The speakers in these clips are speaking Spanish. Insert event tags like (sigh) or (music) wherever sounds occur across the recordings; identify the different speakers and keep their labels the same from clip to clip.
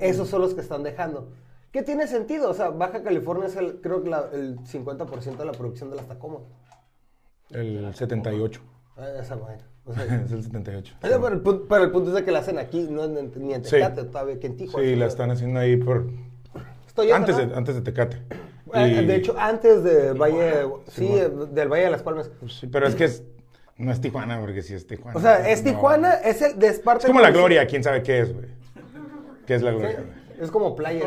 Speaker 1: Esos son los que están dejando. ¿Qué tiene sentido? O sea, Baja California es el, creo que la- el 50% de la producción de las Tacoma.
Speaker 2: El
Speaker 1: (laughs)
Speaker 2: 78.
Speaker 1: Eh, Esa vaina. O sea,
Speaker 2: es el 78.
Speaker 1: eh, pero, el punto, pero el punto es de que la hacen aquí, no en, en- ni en
Speaker 2: Sí.
Speaker 1: Tecate, todavía que en Tijuana.
Speaker 2: Sí, la están haciendo ahí por...
Speaker 1: Estoy en
Speaker 2: Antes de,
Speaker 1: Tabasco.
Speaker 2: antes
Speaker 1: (clears throat)
Speaker 2: de Tecate.
Speaker 1: Eh,
Speaker 2: Y-
Speaker 1: De hecho, antes del Valle, sí,
Speaker 2: Tijuana.
Speaker 1: eh, del Valle de las Palmas.
Speaker 2: Pues Sí, pero es que es- no es Tijuana, porque sí es Tijuana. pues,
Speaker 1: O sea, es
Speaker 2: No.
Speaker 1: Tijuana, es el de
Speaker 2: Es como la
Speaker 1: municipal.
Speaker 2: gloria, quién sabe
Speaker 1: (laughs)
Speaker 2: qué es, güey. ¿Qué es la gloria? güey?
Speaker 1: Es como playas.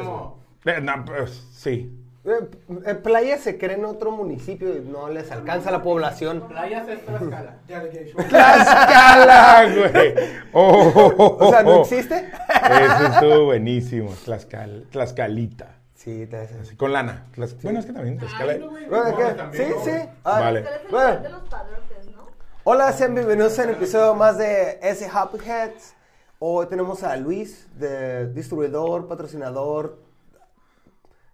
Speaker 2: Eh, no, pues, sí.
Speaker 1: güey. Eh, eh, playas se cree en otro municipio y no les alcanza la población.
Speaker 3: Playas es Tlaxcala. Delegation.
Speaker 2: (laughs) Tlaxcala, güey. Oh, oh, oh, oh,
Speaker 1: O sea, ¿no
Speaker 2: oh.
Speaker 1: existe?
Speaker 2: Eso
Speaker 1: (laughs)
Speaker 2: estuvo buenísimo. Tlaxcal, Tlaxcalita.
Speaker 1: Sí, te haces.
Speaker 2: Así, con lana. Tlax- Bueno, es que también Tlaxcala.
Speaker 3: Ay, no, güey.
Speaker 1: Bueno, ¿qué?
Speaker 3: También,
Speaker 1: Sí,
Speaker 3: no.
Speaker 1: sí. Ah,
Speaker 2: Vale.
Speaker 4: Pero es el
Speaker 1: bueno.
Speaker 4: lugar de los padrotes, ¿no?
Speaker 1: Hola, sean bienvenidos a un episodio más de S Happy Heads. Hoy tenemos a Luis, de distribuidor, patrocinador,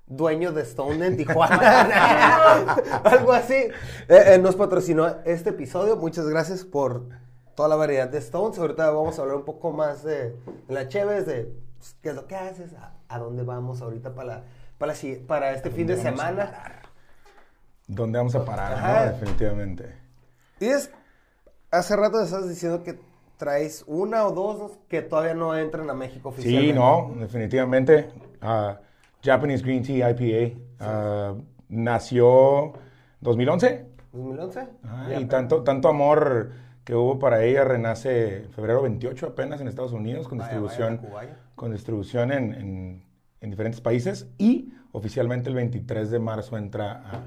Speaker 1: dueño de Stone en
Speaker 2: (laughs)
Speaker 1: Tijuana. (laughs) Algo así. Eh, eh, nos patrocinó este episodio. Muchas gracias por toda la variedad de Stones. Ahorita vamos a hablar un poco más de, de la Cheves, de pues, qué es lo que haces, a, a dónde vamos ahorita para, la- para, la si- para este fin de
Speaker 2: vamos a
Speaker 1: semana.
Speaker 2: ¿Dónde vamos a parar?
Speaker 1: Ajá.
Speaker 2: no? Definitivamente.
Speaker 1: Y es, hace rato estás diciendo que traes una o dos que todavía no entran a México oficialmente.
Speaker 2: Sí, no, definitivamente. Ah, Japanese Green Tea IPA ah, nació 2011
Speaker 1: ¿2011?
Speaker 2: Ah,
Speaker 1: Ya,
Speaker 2: y
Speaker 1: pero-
Speaker 2: tanto, tanto amor que hubo para ella renace febrero 28 apenas en Estados Unidos con
Speaker 1: Vaya,
Speaker 2: distribución,
Speaker 1: vaya, Tacubaya.
Speaker 2: con distribución en, en- en diferentes países y oficialmente el 23 de marzo entra a, a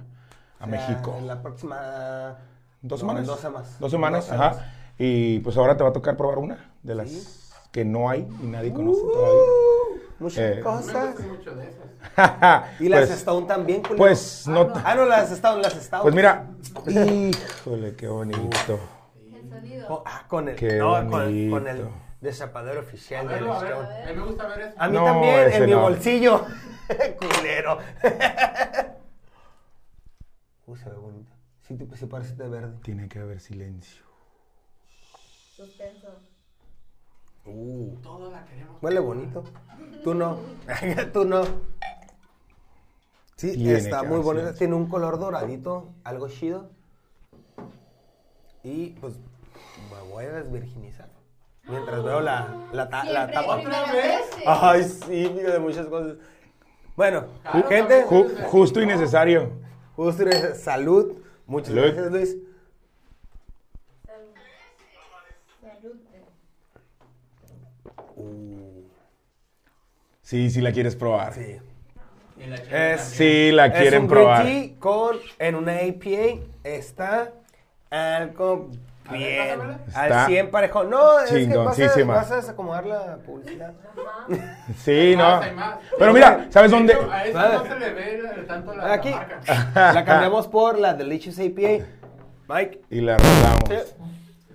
Speaker 1: O sea,
Speaker 2: México.
Speaker 1: en La próxima...
Speaker 2: ¿Dos
Speaker 1: no,
Speaker 2: semanas?
Speaker 1: Dos semanas.
Speaker 2: Dos semanas,
Speaker 1: Dos
Speaker 2: ajá. Y pues ahora te va a tocar probar una de las que no hay y nadie conoce
Speaker 1: Uh, Muchas
Speaker 2: Eh,
Speaker 3: No me
Speaker 1: cosas.
Speaker 3: gustan mucho de esas.
Speaker 2: todavía. (laughs)
Speaker 1: Y las
Speaker 2: Pues-
Speaker 1: Stone también, culero.
Speaker 2: Pues no. t-
Speaker 1: Ah, no, las Stone, las Stone.
Speaker 2: Pues mira. Híjole, qué bonito.
Speaker 4: El sonido.
Speaker 1: Co- ah, con el...
Speaker 2: Qué
Speaker 1: no, con,
Speaker 2: bonito.
Speaker 1: con el desapador oficial
Speaker 3: A
Speaker 1: de
Speaker 3: verlo,
Speaker 1: los
Speaker 3: a ver.
Speaker 1: Stone.
Speaker 3: A mí me gusta ver eso.
Speaker 1: A mí
Speaker 2: No,
Speaker 1: también,
Speaker 2: ese
Speaker 1: en mi
Speaker 2: no.
Speaker 1: bolsillo. (laughs) Culero. (laughs) Uy, se ve bonito. Sí, te- sí parece de verde.
Speaker 2: Tiene que haber silencio.
Speaker 4: Suspenso.
Speaker 1: Uh,
Speaker 3: Todos la queremos.
Speaker 1: huele bonito. Tú no. (laughs) Tú no. Sí,
Speaker 2: Tiene
Speaker 1: está
Speaker 2: que
Speaker 1: muy
Speaker 2: haber
Speaker 1: bonita.
Speaker 2: silencio.
Speaker 1: Tiene un color doradito, algo chido. Y pues me voy a desvirginizar. Mientras veo la, la, ta- la
Speaker 4: Siempre
Speaker 1: tapa. Ah.
Speaker 4: primera
Speaker 3: vez?
Speaker 4: vez.
Speaker 1: Ay, sí, mío, de muchas cosas. Bueno,
Speaker 3: Claro,
Speaker 1: gente.
Speaker 2: Ju- justo y necesario.
Speaker 1: Justo y necesario. salud. Muchas
Speaker 2: Salud.
Speaker 1: gracias, Luis.
Speaker 4: Salud. Salud.
Speaker 2: Sí, sí la quieres probar.
Speaker 1: Sí.
Speaker 3: Y la
Speaker 1: Es-
Speaker 3: también.
Speaker 2: Sí la
Speaker 1: es
Speaker 2: quieren
Speaker 1: un
Speaker 2: probar.
Speaker 1: Green tea con, en una APA está algo
Speaker 3: A ver,
Speaker 1: bien.
Speaker 3: pásamela.
Speaker 2: Está
Speaker 1: al 100 parejo. No, es que vas a,
Speaker 2: chingoncísima.
Speaker 1: vas a desacomodar la publicidad.
Speaker 2: Sí, no.
Speaker 3: Más, hay Ah, más.
Speaker 2: Pero mira, ¿sabes
Speaker 3: De
Speaker 2: dónde? Ah.
Speaker 3: hecho, A eso
Speaker 1: Vale.
Speaker 3: no se le ve la- tanto la,
Speaker 1: Aquí.
Speaker 3: la marca.
Speaker 1: La cambiamos por la Delicious APA. Mike.
Speaker 2: Y la rodamos.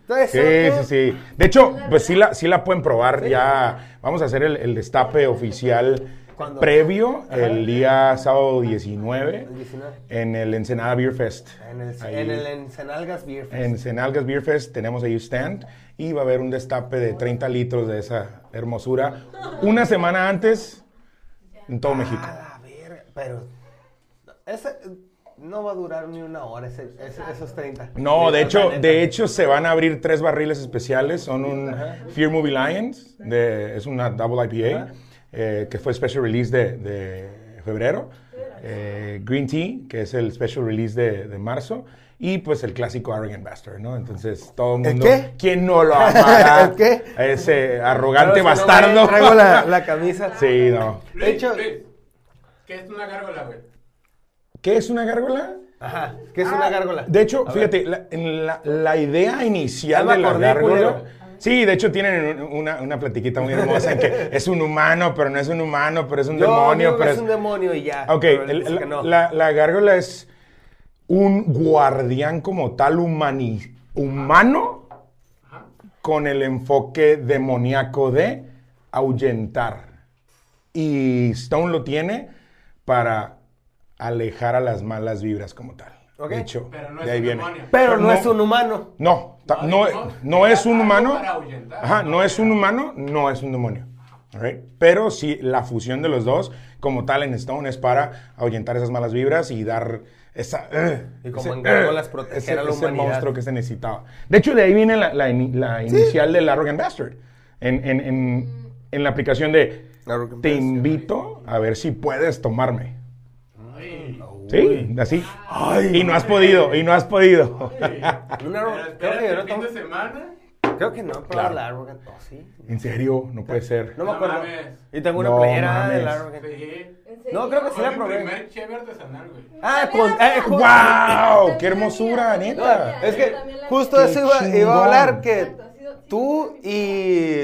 Speaker 1: ¿sabes
Speaker 2: Sí,
Speaker 1: qué?
Speaker 2: sí, sí. De hecho, pues sí la, sí la pueden probar ya. Vamos a hacer el, el destape oficial
Speaker 1: ¿Cuándo?
Speaker 2: previo el día sábado 19
Speaker 1: El 19.
Speaker 2: en el Ensenada Beer Fest.
Speaker 1: En el,
Speaker 2: Ahí.
Speaker 1: en el Ensenalgas Beer Fest.
Speaker 2: En Senalgas Beer Fest tenemos ahí un stand y va a haber un destape de 30 litros de esa hermosura una semana antes en todo México.
Speaker 1: A la verga, pero ese no va a durar ni una hora ese- ese- esos 30.
Speaker 2: No,
Speaker 1: Neta,
Speaker 2: de hecho,
Speaker 1: neta.
Speaker 2: de hecho se van a abrir tres barriles especiales. Son un Fear Movie Lions, de- es una Double IPA, eh, que fue special release de, de febrero. Eh, Green Tea, que es el special release de, de marzo. Y pues el clásico Arrogant Bastard, ¿no? Entonces todo el
Speaker 1: ¿El
Speaker 2: mundo.
Speaker 1: qué?
Speaker 2: ¿Quién no lo amará?
Speaker 1: (laughs) ¿El qué?
Speaker 2: A ese arrogante
Speaker 1: Claro, si no,
Speaker 2: bastardo.
Speaker 1: güey, Traigo la, la camisa.
Speaker 2: (laughs) sí, no.
Speaker 3: Luis,
Speaker 1: De hecho-
Speaker 3: Luis, ¿qué es una gárgola, güey?
Speaker 2: ¿Qué es una gárgola?
Speaker 1: Ajá, que es
Speaker 3: Ah.
Speaker 1: una gárgola.
Speaker 2: De hecho,
Speaker 1: A ver.
Speaker 2: fíjate, la, en la- la idea inicial
Speaker 1: Ya me
Speaker 2: de la
Speaker 1: acordé,
Speaker 2: gárgola.
Speaker 1: culero.
Speaker 2: Sí, de hecho tienen un- una, una platiquita muy hermosa en que es un humano, pero no es un humano, pero es un
Speaker 1: Yo
Speaker 2: demonio.
Speaker 1: digo que
Speaker 2: Pero
Speaker 1: es un demonio y ya.
Speaker 2: Ok,
Speaker 1: pero él
Speaker 2: el-
Speaker 1: dice
Speaker 2: la,
Speaker 1: que no.
Speaker 2: la- la gárgola es un guardián como tal humani- humano
Speaker 3: Ajá.
Speaker 2: con el enfoque demoníaco de ahuyentar. Y Stone lo tiene para alejar a las malas vibras como tal.
Speaker 1: Ok.
Speaker 2: De hecho,
Speaker 3: Pero no
Speaker 2: de
Speaker 3: es
Speaker 2: ahí
Speaker 3: un
Speaker 2: viene.
Speaker 3: demonio.
Speaker 1: Pero no, es un humano.
Speaker 2: No, ta-
Speaker 3: No,
Speaker 2: no,
Speaker 3: no,
Speaker 2: no es un
Speaker 3: algo
Speaker 2: humano.
Speaker 3: para ahuyentar.
Speaker 2: Ajá, no es un humano, no es un demonio. Alright. Pero sí, la fusión de los dos, como tal en Stone, es para ahuyentar esas malas vibras y dar esa.
Speaker 1: Y
Speaker 2: ugh,
Speaker 1: como en
Speaker 2: ugh,
Speaker 1: gárgolas, proteger
Speaker 2: ese-
Speaker 1: a la
Speaker 2: ese
Speaker 1: humanidad.
Speaker 2: monstruo que se necesitaba. De hecho, de ahí viene la, la ini- la inicial del Arrogant Bastard. En, en- en- en la aplicación de
Speaker 1: Arrogant
Speaker 2: Te
Speaker 1: Bastard.
Speaker 2: invito a ver si puedes tomarme.
Speaker 3: Ay,
Speaker 2: Sí, así. y no has podido, y no has podido.
Speaker 1: No, no,
Speaker 3: pero
Speaker 1: creo que
Speaker 3: espérate
Speaker 1: yo no
Speaker 3: el fin
Speaker 1: tomo-
Speaker 3: de semana.
Speaker 1: Creo que no, pero
Speaker 2: Claro.
Speaker 1: la Arrogant. Oh, sí.
Speaker 2: En serio, no puede ser.
Speaker 1: No me
Speaker 3: No
Speaker 1: acuerdo.
Speaker 3: mames.
Speaker 1: Y tengo una
Speaker 2: No
Speaker 1: playera
Speaker 2: mames.
Speaker 1: de la Arrogant.
Speaker 3: Sí.
Speaker 4: ¿En serio?
Speaker 1: No, creo que sí
Speaker 3: Fue
Speaker 1: la
Speaker 3: mi
Speaker 1: probé.
Speaker 3: primer cheve artesanal, güey.
Speaker 1: Ah, pues. eh, ju-
Speaker 2: ¡Wow! ¡Qué
Speaker 4: También la
Speaker 2: hermosura,
Speaker 4: mía,
Speaker 1: No,
Speaker 2: neta!
Speaker 1: es que
Speaker 4: También la-
Speaker 1: justo
Speaker 2: Qué
Speaker 1: eso iba, iba
Speaker 2: chingón.
Speaker 1: a hablar que
Speaker 4: Exacto, ha sido-
Speaker 1: tú y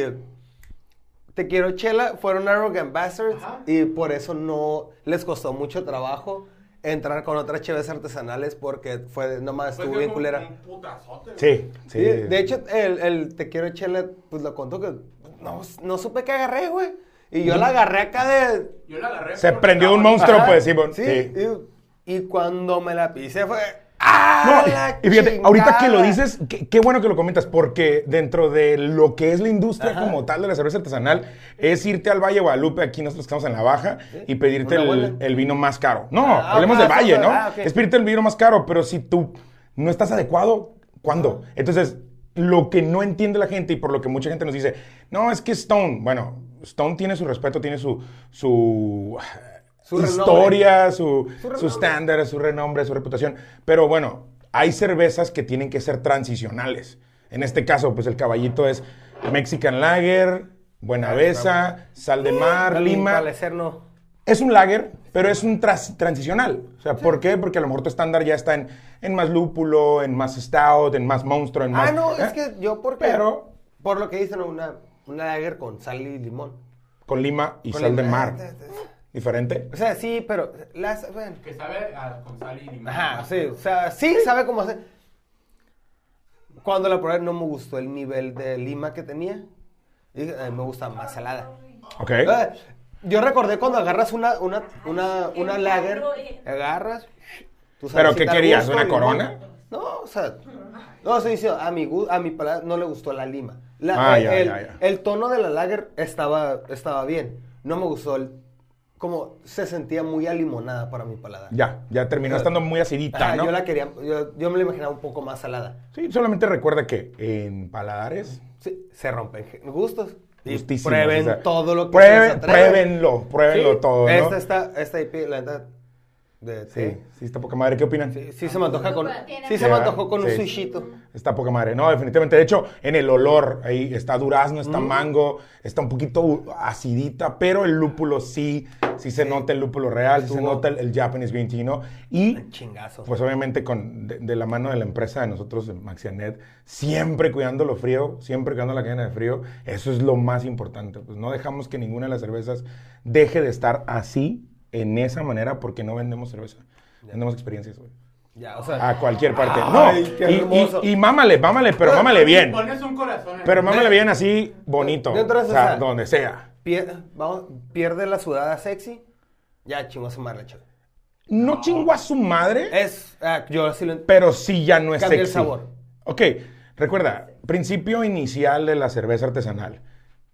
Speaker 1: Te Quiero Chela fueron Arrogant Bastards
Speaker 3: Ajá.
Speaker 1: y por eso no les costó mucho trabajo entrar con otras cheves artesanales porque fue nomás
Speaker 2: Pues
Speaker 3: Fue
Speaker 1: estuvo
Speaker 3: como
Speaker 1: bien culera.
Speaker 3: Un putazote. güey.
Speaker 2: Sí,
Speaker 1: Sí,
Speaker 2: sí.
Speaker 1: de hecho, el, el Te Quiero Chela, pues lo contó que no, no supe que agarré, güey. Y yo la agarré acá de,
Speaker 3: Yo la agarré.
Speaker 2: Se
Speaker 3: por-
Speaker 2: prendió un
Speaker 3: Ah,
Speaker 2: monstruo,
Speaker 1: Ajá,
Speaker 2: pues, sí. bueno, sí.
Speaker 1: Y, y cuando me la pisé fue. ¡Ah!
Speaker 2: No,
Speaker 1: la
Speaker 2: y fíjate, ahorita
Speaker 1: chingada!
Speaker 2: que lo dices, qué, qué bueno que lo comentas, porque dentro de lo que es la industria
Speaker 1: Ajá.
Speaker 2: como tal de la cerveza artesanal, es irte al Valle de Guadalupe, aquí nosotros estamos en la baja, y
Speaker 1: Una
Speaker 2: pedirte el,
Speaker 1: abuela.
Speaker 2: el vino más caro. No,
Speaker 1: Ah,
Speaker 2: hablemos
Speaker 1: ah,
Speaker 2: del Valle,
Speaker 1: ah,
Speaker 2: ¿no?
Speaker 1: ah, ok.
Speaker 2: Es pedirte el vino más caro, pero si tú no estás adecuado, ¿cuándo? Entonces, lo que no entiende la gente y por lo que mucha gente nos dice, no, es que Stone, bueno, Stone tiene su respeto, tiene su... su
Speaker 1: Su renombre.
Speaker 2: historia, su,
Speaker 1: renombre.
Speaker 2: su estándar, su renombre, su reputación. Pero bueno, hay cervezas que tienen que ser transicionales. En este caso, pues el caballito es Mexican Lager,
Speaker 1: Ah,
Speaker 2: Buenavesa, Sal de Mar,
Speaker 1: Al
Speaker 2: Lima.
Speaker 1: parecer no.
Speaker 2: Es un lager, pero es un tras- transicional. O sea, ¿por qué? Porque a lo mejor tu estándar ya está en, en más lúpulo, en más stout, en más monstruo, en más...
Speaker 1: Ah, no, es
Speaker 2: ¿eh?
Speaker 1: que yo porque.
Speaker 2: Pero-
Speaker 1: Por lo que dicen, una, una lager con sal y limón.
Speaker 2: Con lima y
Speaker 1: Con
Speaker 2: sal
Speaker 1: lima. eh,
Speaker 2: de mar. ¿Diferente?
Speaker 1: O sea, sí, pero. Las, bueno.
Speaker 3: Que sabe a con sal y limón.
Speaker 1: Ajá, sí. O sea, sí sabe cómo hacer. Cuando la probé no me gustó el nivel de lima que tenía. Y, a mí me gusta más salada.
Speaker 2: Ok.
Speaker 1: Ah, Yo recordé cuando agarras una, una, una, una lager, agarras. tú sabes
Speaker 2: ¿Pero
Speaker 1: si
Speaker 2: qué
Speaker 1: te da
Speaker 2: querías, una
Speaker 1: limón.
Speaker 2: corona?
Speaker 1: No, o sea, no, estoy diciendo, a mi, gu- a mi paladar no le gustó la lima. La-
Speaker 2: Ah,
Speaker 1: el,
Speaker 2: ya,
Speaker 1: el-
Speaker 2: ya, ya.
Speaker 1: el tono de la lager estaba, estaba bien. No me gustó el, como se sentía muy alimonada para mi paladar.
Speaker 2: Ya, ya terminó estando muy acidita,
Speaker 1: Ajá,
Speaker 2: ¿no?
Speaker 1: Ah. Yo la quería, yo, yo me la imaginaba un poco más salada.
Speaker 2: Sí, solamente recuerda que en paladares
Speaker 1: Sí, se rompen ge- gustos. Y
Speaker 2: Justísimo,
Speaker 1: prueben
Speaker 2: o sea,
Speaker 1: todo lo que
Speaker 2: prueben-
Speaker 1: se les atreve.
Speaker 2: pruébenlo, pruébenlo
Speaker 1: Sí,
Speaker 2: todo, ¿no?
Speaker 1: Esta está, esta IP, la neta. de-
Speaker 2: Sí, sí, está poca madre. ¿Qué opinan?
Speaker 1: Sí, sí se me antoja con,
Speaker 4: Tiene
Speaker 1: sí se
Speaker 2: Sí,
Speaker 1: me antojó con un
Speaker 2: sí.
Speaker 1: sushito.
Speaker 2: Está poca madre. No, definitivamente. De hecho, en el olor, ahí está durazno, está
Speaker 1: Mm.
Speaker 2: mango, está un poquito acidita, pero el lúpulo sí, sí se nota el lúpulo real, sí se
Speaker 1: Estuvo-
Speaker 2: nota el, el Japanese green tea, ¿no? Y
Speaker 1: Chingazo.
Speaker 2: Pues obviamente con, de, de la mano de la empresa de nosotros, de Maxianet, siempre cuidando lo frío, siempre cuidando la cadena de frío. Eso es lo más importante. Pues no dejamos que ninguna de las cervezas deje de estar así, en esa manera, porque no vendemos cerveza. Vendemos experiencias, güey.
Speaker 1: ya, o sea,
Speaker 2: A cualquier parte.
Speaker 1: Ay,
Speaker 2: no,
Speaker 1: qué
Speaker 2: y- y,
Speaker 1: hermoso.
Speaker 2: y, mámale, mámale, pero mámale bien.
Speaker 3: Pones un corazón. en-
Speaker 2: Pero mámale bien así, bonito.
Speaker 1: Dentro de
Speaker 2: o sea,
Speaker 1: esa-
Speaker 2: donde sea.
Speaker 1: pier- vamos, pierde la sudada sexy. Ya chingó su madre la chela.
Speaker 2: No chingo a su madre.
Speaker 1: Es, ah, yo así lo ent-
Speaker 2: pero sí ya no es
Speaker 1: Cambia el
Speaker 2: sexy.
Speaker 1: sabor.
Speaker 2: Ok, recuerda, principio inicial de la cerveza artesanal,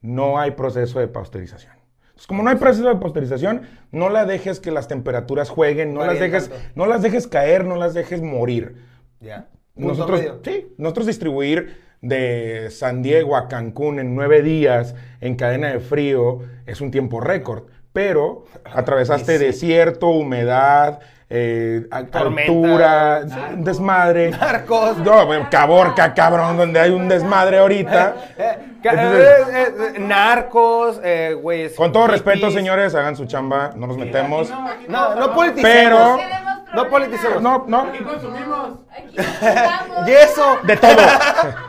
Speaker 2: no hay proceso de pasteurización. Entonces, como no hay proceso de pasteurización, no la dejes que las temperaturas jueguen, no las,
Speaker 1: Varíen
Speaker 2: dejes,
Speaker 1: tanto.
Speaker 2: no las dejes caer, no las dejes morir.
Speaker 1: Ya. Punto
Speaker 2: Nosotros,
Speaker 1: medio.
Speaker 2: sí, nosotros distribuir de San Diego a Cancún en nueve días en cadena de frío es un tiempo récord, pero atravesaste desierto, humedad, eh, a-
Speaker 1: Tormentas,
Speaker 2: altura, desmadre.
Speaker 1: Narcos.
Speaker 2: No, bueno, caborca, cabrón, donde hay un desmadre ahorita.
Speaker 1: Eh, ca-
Speaker 2: Entonces-
Speaker 1: eh, eh, eh, narcos, eh, güeyes.
Speaker 2: Con todo respeto,
Speaker 1: hippies.
Speaker 2: señores, hagan su chamba, no nos
Speaker 3: Aquí
Speaker 2: metemos.
Speaker 3: no, aquí
Speaker 1: No, no
Speaker 3: estamos-
Speaker 1: politicemos.
Speaker 4: Queremos
Speaker 1: No
Speaker 4: problemas.
Speaker 1: politicemos.
Speaker 2: No, no,
Speaker 3: Aquí consumimos.
Speaker 4: Aquí estamos.
Speaker 1: Y eso.
Speaker 2: de todo.
Speaker 1: (laughs)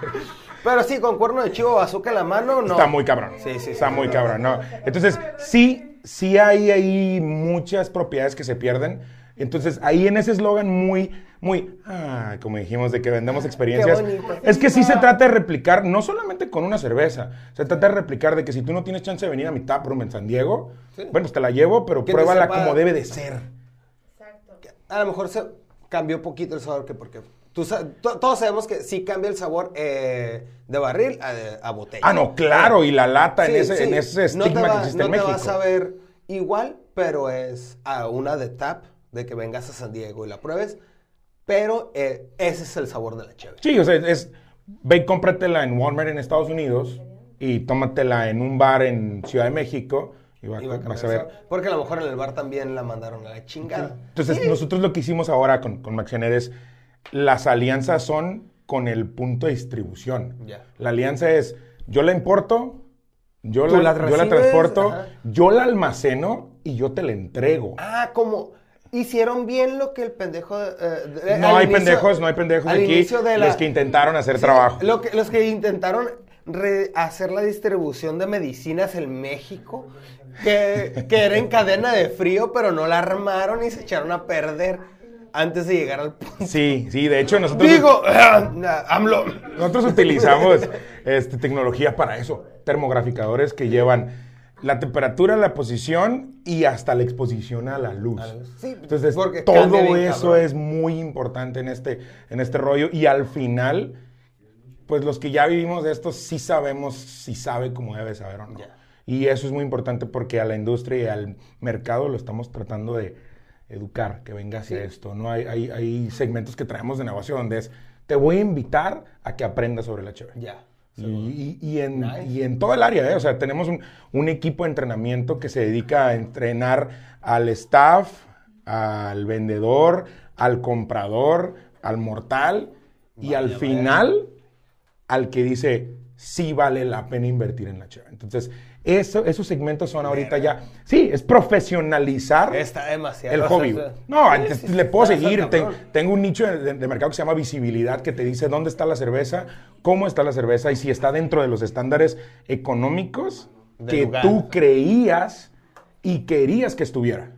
Speaker 1: Pero sí, con cuerno de chivo bazooka en la mano, no.
Speaker 2: Está muy cabrón.
Speaker 1: Sí, sí,
Speaker 2: Está
Speaker 1: sí.
Speaker 2: muy cabrón, ¿no? Entonces, sí, sí hay ahí muchas propiedades que se pierden. Entonces, ahí en ese eslogan muy, muy, ah, como dijimos, de que vendemos experiencias.
Speaker 1: Qué bonito.
Speaker 2: Es que sí se trata de replicar, no solamente con una cerveza, se trata de replicar de que si tú no tienes chance de venir a mi taproom en San Diego, bueno, pues te la llevo, pero
Speaker 1: Que te
Speaker 2: pruébala
Speaker 1: sepa-
Speaker 2: como debe de ser.
Speaker 4: Exacto.
Speaker 1: A lo mejor se cambió poquito el sabor que porque Tú sa- to- todos sabemos que sí cambia el sabor eh, de barril a, de- a botella.
Speaker 2: Ah, no, claro, y la lata en
Speaker 1: Sí,
Speaker 2: ese,
Speaker 1: sí.
Speaker 2: en ese
Speaker 1: No
Speaker 2: estigma
Speaker 1: te va-
Speaker 2: que existe en
Speaker 1: no
Speaker 2: México.
Speaker 1: te vas a ver igual, pero es a una de tap de que vengas a San Diego y la pruebes. Pero eh, ese es el sabor de la chévere.
Speaker 2: Sí, o sea, es. Ve y cómpratela en Walmart en Estados Unidos y tómatela en un bar en Ciudad de México y va-
Speaker 1: Y va a
Speaker 2: Ah, vas a
Speaker 1: cambiar el
Speaker 2: ver.
Speaker 1: sabor. Porque a lo mejor en el bar también la mandaron a la chingada.
Speaker 2: Entonces, nosotros lo que hicimos ahora con, con Maxener es. Las alianzas son con el punto de distribución.
Speaker 1: Ya.
Speaker 2: La alianza es. Yo la importo, yo,
Speaker 1: Tú
Speaker 2: la,
Speaker 1: la
Speaker 2: yo la
Speaker 1: recibes,
Speaker 2: transporto,
Speaker 1: ajá.
Speaker 2: yo la almaceno y yo te la entrego.
Speaker 1: Ah, como hicieron bien lo que el pendejo. eh, de-
Speaker 2: no
Speaker 1: al
Speaker 2: hay
Speaker 1: inicio-
Speaker 2: pendejos, no hay pendejos
Speaker 1: al
Speaker 2: aquí.
Speaker 1: inicio de la-
Speaker 2: Los que intentaron hacer
Speaker 1: Sí,
Speaker 2: trabajo.
Speaker 1: lo que- los que intentaron re- hacer la distribución de medicinas en México, que, que era en cadena de frío, pero no la armaron y se echaron a perder antes de llegar al punto.
Speaker 2: Sí, sí, de hecho nosotros...
Speaker 1: Digo, ah, AMLO.
Speaker 2: Nosotros utilizamos este, tecnología para eso, termograficadores que llevan la temperatura, la posición y hasta la exposición a la luz.
Speaker 1: Sí,
Speaker 2: Entonces,
Speaker 1: porque
Speaker 2: todo
Speaker 1: cambia bien,
Speaker 2: eso
Speaker 1: cabrón.
Speaker 2: es muy importante en este, en este rollo y al final, pues los que ya vivimos de esto sí sabemos si sabe como debe saber o no.
Speaker 1: Ya.
Speaker 2: Y eso es muy importante porque a la industria y al mercado lo estamos tratando de educar, que venga hacia esto. ¿no? Hay, hay, hay segmentos que traemos de negocio donde es, te voy a invitar a que aprendas sobre la chévere.
Speaker 1: Ya.
Speaker 2: Y, y- y en,
Speaker 1: Nice.
Speaker 2: y en todo el área, ¿eh? o sea, tenemos un, un equipo de entrenamiento que se dedica a entrenar al staff, al vendedor, al comprador, al mortal y al final al que dice sí vale la pena invertir en la chava. Entonces, eso, esos segmentos son ahorita ya, sí, es profesionalizar
Speaker 1: Está demasiado.
Speaker 2: el
Speaker 1: o sea,
Speaker 2: hobby.
Speaker 1: está-
Speaker 2: No,
Speaker 1: Sí,
Speaker 2: antes
Speaker 1: sí,
Speaker 2: le puedo
Speaker 1: está- está
Speaker 2: seguir. Ten-
Speaker 1: cabrón.
Speaker 2: tengo un nicho de, de- de mercado que se llama visibilidad, que te dice dónde está la cerveza, cómo está la cerveza y si está dentro de los estándares económicos
Speaker 1: Del
Speaker 2: que
Speaker 1: lugar.
Speaker 2: tú creías y querías que estuviera.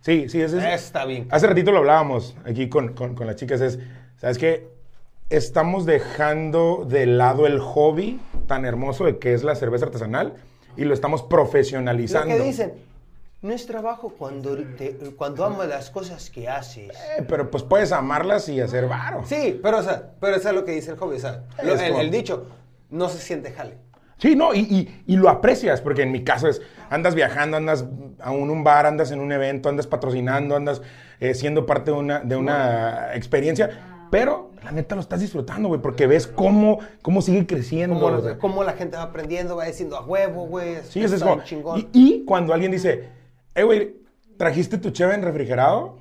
Speaker 2: Sí, sí, ese es,
Speaker 1: Ah, Está bien.
Speaker 2: Hace ratito lo hablábamos aquí con, con- con las chicas, es, ¿sabes qué? Estamos dejando de lado el hobby tan hermoso de que es la cerveza artesanal y lo estamos
Speaker 1: Lo
Speaker 2: profesionalizando.
Speaker 1: que dicen, no es trabajo cuando, te- cuando amas las cosas que haces.
Speaker 2: Eh, pero pues puedes amarlas y hacer varo.
Speaker 1: Sí, pero, o sea, pero eso es lo que dice el hobby. O sea, lo-
Speaker 2: Es
Speaker 1: el,
Speaker 2: como-
Speaker 1: el dicho, no se siente jale.
Speaker 2: Sí, no, y, y- y lo aprecias, porque en mi caso es, andas viajando, andas a un, un bar, andas en un evento, andas patrocinando, andas eh, siendo parte de una, de una experiencia, pero la neta lo estás disfrutando, güey, porque ves cómo, cómo sigue creciendo.
Speaker 1: Como,
Speaker 2: o sea.
Speaker 1: como la gente va aprendiendo, va diciendo a huevo, güey.
Speaker 2: Sí, eso es
Speaker 1: está
Speaker 2: como,
Speaker 1: bien chingón.
Speaker 2: y, y cuando alguien dice, eh, güey, ¿trajiste tu cheve en refrigerado?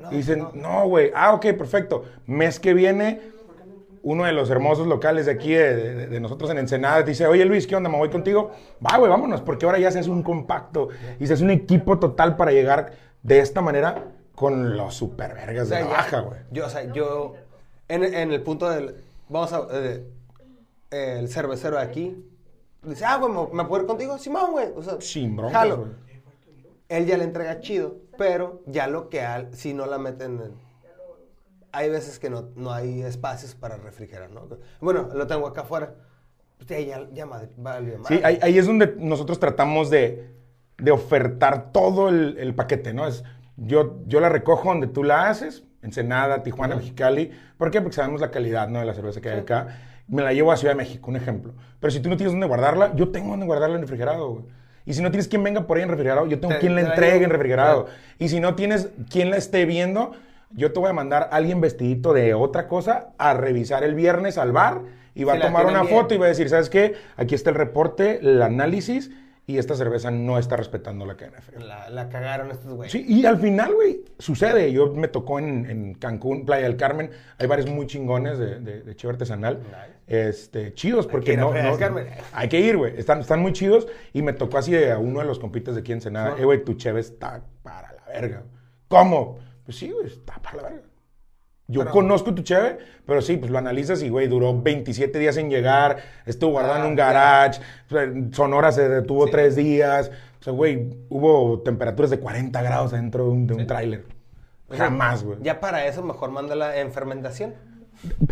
Speaker 1: No,
Speaker 2: Y dicen,
Speaker 1: no.
Speaker 2: no, güey, ah, ok, perfecto. Mes que viene, uno de los hermosos locales de aquí, de, de- de nosotros en Ensenada, te dice, oye Luis, ¿qué onda? ¿Me voy contigo? Va, güey, vámonos, porque ahora ya se hace un compacto y se hace un equipo total para llegar de esta manera con los supervergas
Speaker 1: O sea,
Speaker 2: de la
Speaker 1: ya-
Speaker 2: baja, güey.
Speaker 1: Yo, o sea, yo, en, en el punto del, vamos a, eh, el cervecero de aquí, dice, ah, güey, ¿me, me puedo ir contigo? Simón, güey. O sea,
Speaker 2: Sin broncas,
Speaker 1: jalo.
Speaker 2: güey.
Speaker 1: Él ya le entrega chido, pero ya lo que, al- si no la meten en... Hay veces que no, no hay espacios para refrigerar, ¿no? Bueno, lo tengo acá afuera. Pues, Ya, ya, ya madre, valió
Speaker 2: Sí,
Speaker 1: madre.
Speaker 2: ahí, ahí es donde nosotros tratamos de, de ofertar todo el, el paquete, ¿no? Es, yo, yo la recojo donde tú la haces, Ensenada, Tijuana, Mexicali. ¿Por qué? Porque sabemos la calidad, ¿no? De la cerveza que hay acá. Me la llevo a Ciudad de México, un ejemplo. Pero si tú no tienes dónde guardarla, yo tengo dónde guardarla en refrigerado, güey. Y si no tienes quien venga por ahí en refrigerado, yo tengo
Speaker 1: Te-
Speaker 2: quien la
Speaker 1: te la
Speaker 2: entregue
Speaker 1: llevo.
Speaker 2: en refrigerado. Y si no tienes quien la esté viendo, yo te voy a mandar a alguien vestidito de otra cosa a revisar el viernes al bar y va
Speaker 1: Si
Speaker 2: a
Speaker 1: la
Speaker 2: tomar
Speaker 1: tienen
Speaker 2: una
Speaker 1: bien.
Speaker 2: foto y va a decir, ¿sabes qué? Aquí está el reporte, el análisis y esta cerveza no está respetando la cadena de frío.
Speaker 1: La, la cagaron estos güeyes.
Speaker 2: Sí, y al final, güey, sucede. Yo me tocó en, en Cancún, Playa del Carmen. Hay bares muy chingones de, de, de chévere artesanal. Este, chidos, porque
Speaker 1: ir a
Speaker 2: no,
Speaker 1: Playa del
Speaker 2: no-
Speaker 1: Carmen.
Speaker 2: Hay que ir, güey. Están, están muy chidos. Y me tocó así de a uno de los compitas de aquí en Senada.
Speaker 1: Ajá.
Speaker 2: Eh, güey, tu cheve está para la verga. ¿Cómo? Pues sí, güey, está para la verga. Yo conozco tu cheve, pero sí, pues lo analizas y, güey, duró 27 días en llegar, estuvo guardado en un
Speaker 1: Ah,
Speaker 2: garage, eh, Sonora se detuvo tres días, o sea, güey, hubo temperaturas de 40 grados dentro de un, de un tráiler.
Speaker 1: sea,
Speaker 2: Jamás, güey.
Speaker 1: Ya para eso mejor mándala en
Speaker 2: (laughs)
Speaker 1: fermentación.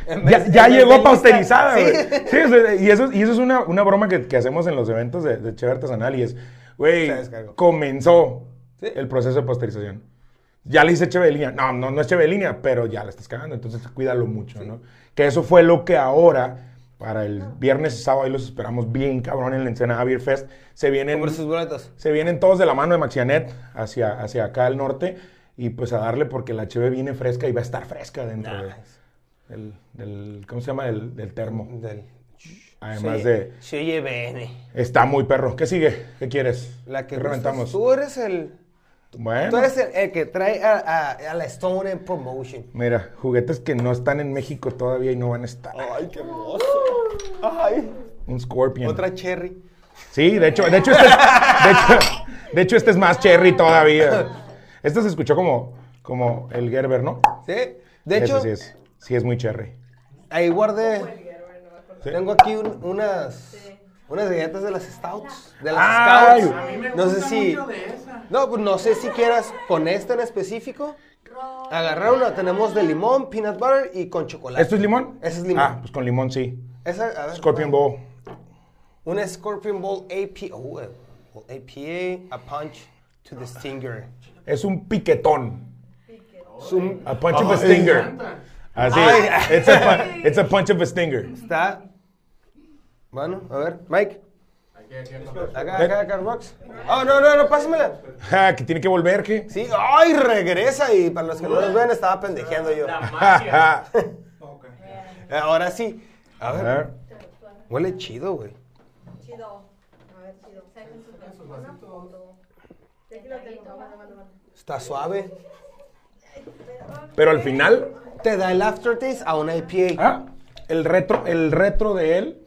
Speaker 1: En
Speaker 2: Ya,
Speaker 1: vez-
Speaker 2: ya
Speaker 1: en vez de
Speaker 2: llegó
Speaker 1: lista.
Speaker 2: pausterizada,
Speaker 1: Sí. (laughs)
Speaker 2: güey. Sí, o sea, y eso, y eso es una, una broma que, que hacemos en los eventos de, de Cheve Artesanal y es, güey,
Speaker 1: Se descargó.
Speaker 2: comenzó
Speaker 1: Sí.
Speaker 2: el proceso de pasteurización. ya le hice Chevelina. No, no, no es Chevelina, pero ya la estás cagando, entonces cuídalo mucho, ¿no? Que eso fue lo que ahora, para
Speaker 1: Ah.
Speaker 2: el viernes y sábado, ahí los esperamos bien cabrón en la Ensenada Beer Fest. Se vienen,
Speaker 1: Compre sus boletos.
Speaker 2: se vienen todos de la mano de Maxianet hacia, hacia acá al norte y pues a darle porque la cheve viene fresca y va a estar fresca dentro de- del, del- ¿cómo se llama? Del, del termo.
Speaker 1: Del-
Speaker 2: Además
Speaker 1: Se-
Speaker 2: de,
Speaker 1: Se oye bien.
Speaker 2: está muy perro. ¿Qué sigue? ¿Qué quieres?
Speaker 1: La que
Speaker 2: ¿Qué
Speaker 1: gustas.
Speaker 2: reventamos?
Speaker 1: Tú eres el.
Speaker 2: Bueno.
Speaker 1: Tú eres el, el que trae a, a- a la Stone en promotion.
Speaker 2: Mira, juguetes que no están en México todavía y no van a estar.
Speaker 1: Ay, qué hermoso. Ay.
Speaker 2: Un Scorpion.
Speaker 1: Otra cherry.
Speaker 2: Sí, de hecho, de hecho, este es, de hecho, de hecho, este es más cherry todavía. Este se escuchó como, como el Gerber, ¿no?
Speaker 1: ¿Sí? De hecho,
Speaker 2: Ese sí es, sí es muy cherry.
Speaker 1: ahí guardé.
Speaker 2: Sí.
Speaker 1: Tengo aquí un- unas. Unas galletas de las Stouts. De las
Speaker 2: Ay.
Speaker 3: A mí me
Speaker 1: Scouts. No sé
Speaker 3: gusta
Speaker 1: si.
Speaker 3: mucho de esa.
Speaker 1: No, pues no sé si quieras con esta en específico. Agarrar una. Tenemos de limón, peanut butter y con chocolate.
Speaker 2: ¿Esto es limón?
Speaker 1: Ese es limón.
Speaker 2: Ah, pues con limón sí.
Speaker 1: Esa, a ver,
Speaker 2: Scorpion Bowl.
Speaker 1: Una Scorpion Bowl APA. Oh, eh, well, APA, a punch to the stinger.
Speaker 2: Es un piquetón.
Speaker 1: Es un-
Speaker 2: A punch of a
Speaker 1: Ay.
Speaker 2: pues, stinger. Así es.
Speaker 1: Ah, Ay.
Speaker 2: It's a, pu- it's a punch of a stinger.
Speaker 1: Está. Bueno, a ver, Mike.
Speaker 3: Aquí, aquí, aquí.
Speaker 1: Acá, acá, acá, Rox. Oh, no, no, no, pásamela.
Speaker 2: Ja, que tiene que volver, ¿qué?
Speaker 1: Sí, ay, regresa. Y para los que no nos ven, estaba pendejeando yo. Eh,
Speaker 3: La
Speaker 2: Ja,
Speaker 3: magia.
Speaker 2: ja.
Speaker 3: Ok.
Speaker 1: Ahora sí. A
Speaker 2: A
Speaker 1: ver,
Speaker 2: ver.
Speaker 1: huele chido, güey.
Speaker 4: Chido. A ver, chido. Saquen su una foto.
Speaker 5: Ya aquí lo tengo, manda, manda, manda.
Speaker 1: Está suave.
Speaker 2: Pero al final,
Speaker 1: Te da el aftertaste a una IPA.
Speaker 2: Ah, el retro, el retro de él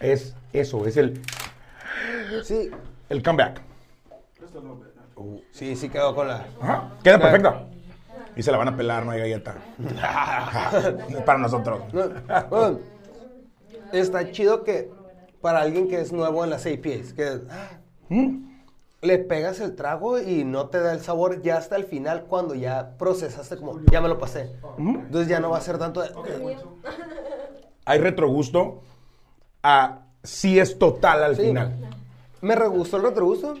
Speaker 2: es eso, es el,
Speaker 1: Sí,
Speaker 2: el comeback.
Speaker 1: sí, sí quedó con la.
Speaker 2: Ajá, Queda perfecta. Y se la van a pelar, no hay galleta. No es para nosotros.
Speaker 1: No, bueno, está chido que para alguien que es nuevo en las APAs, que ah,
Speaker 2: Mm,
Speaker 1: le pegas el trago y no te da el sabor ya hasta el final cuando ya procesaste como, ya me lo pasé.
Speaker 2: ujú.
Speaker 1: Entonces ya no va a ser tanto de...
Speaker 2: Hay retrogusto a si es total al
Speaker 1: Sí.
Speaker 2: final.
Speaker 1: Me regustó el retrogusto.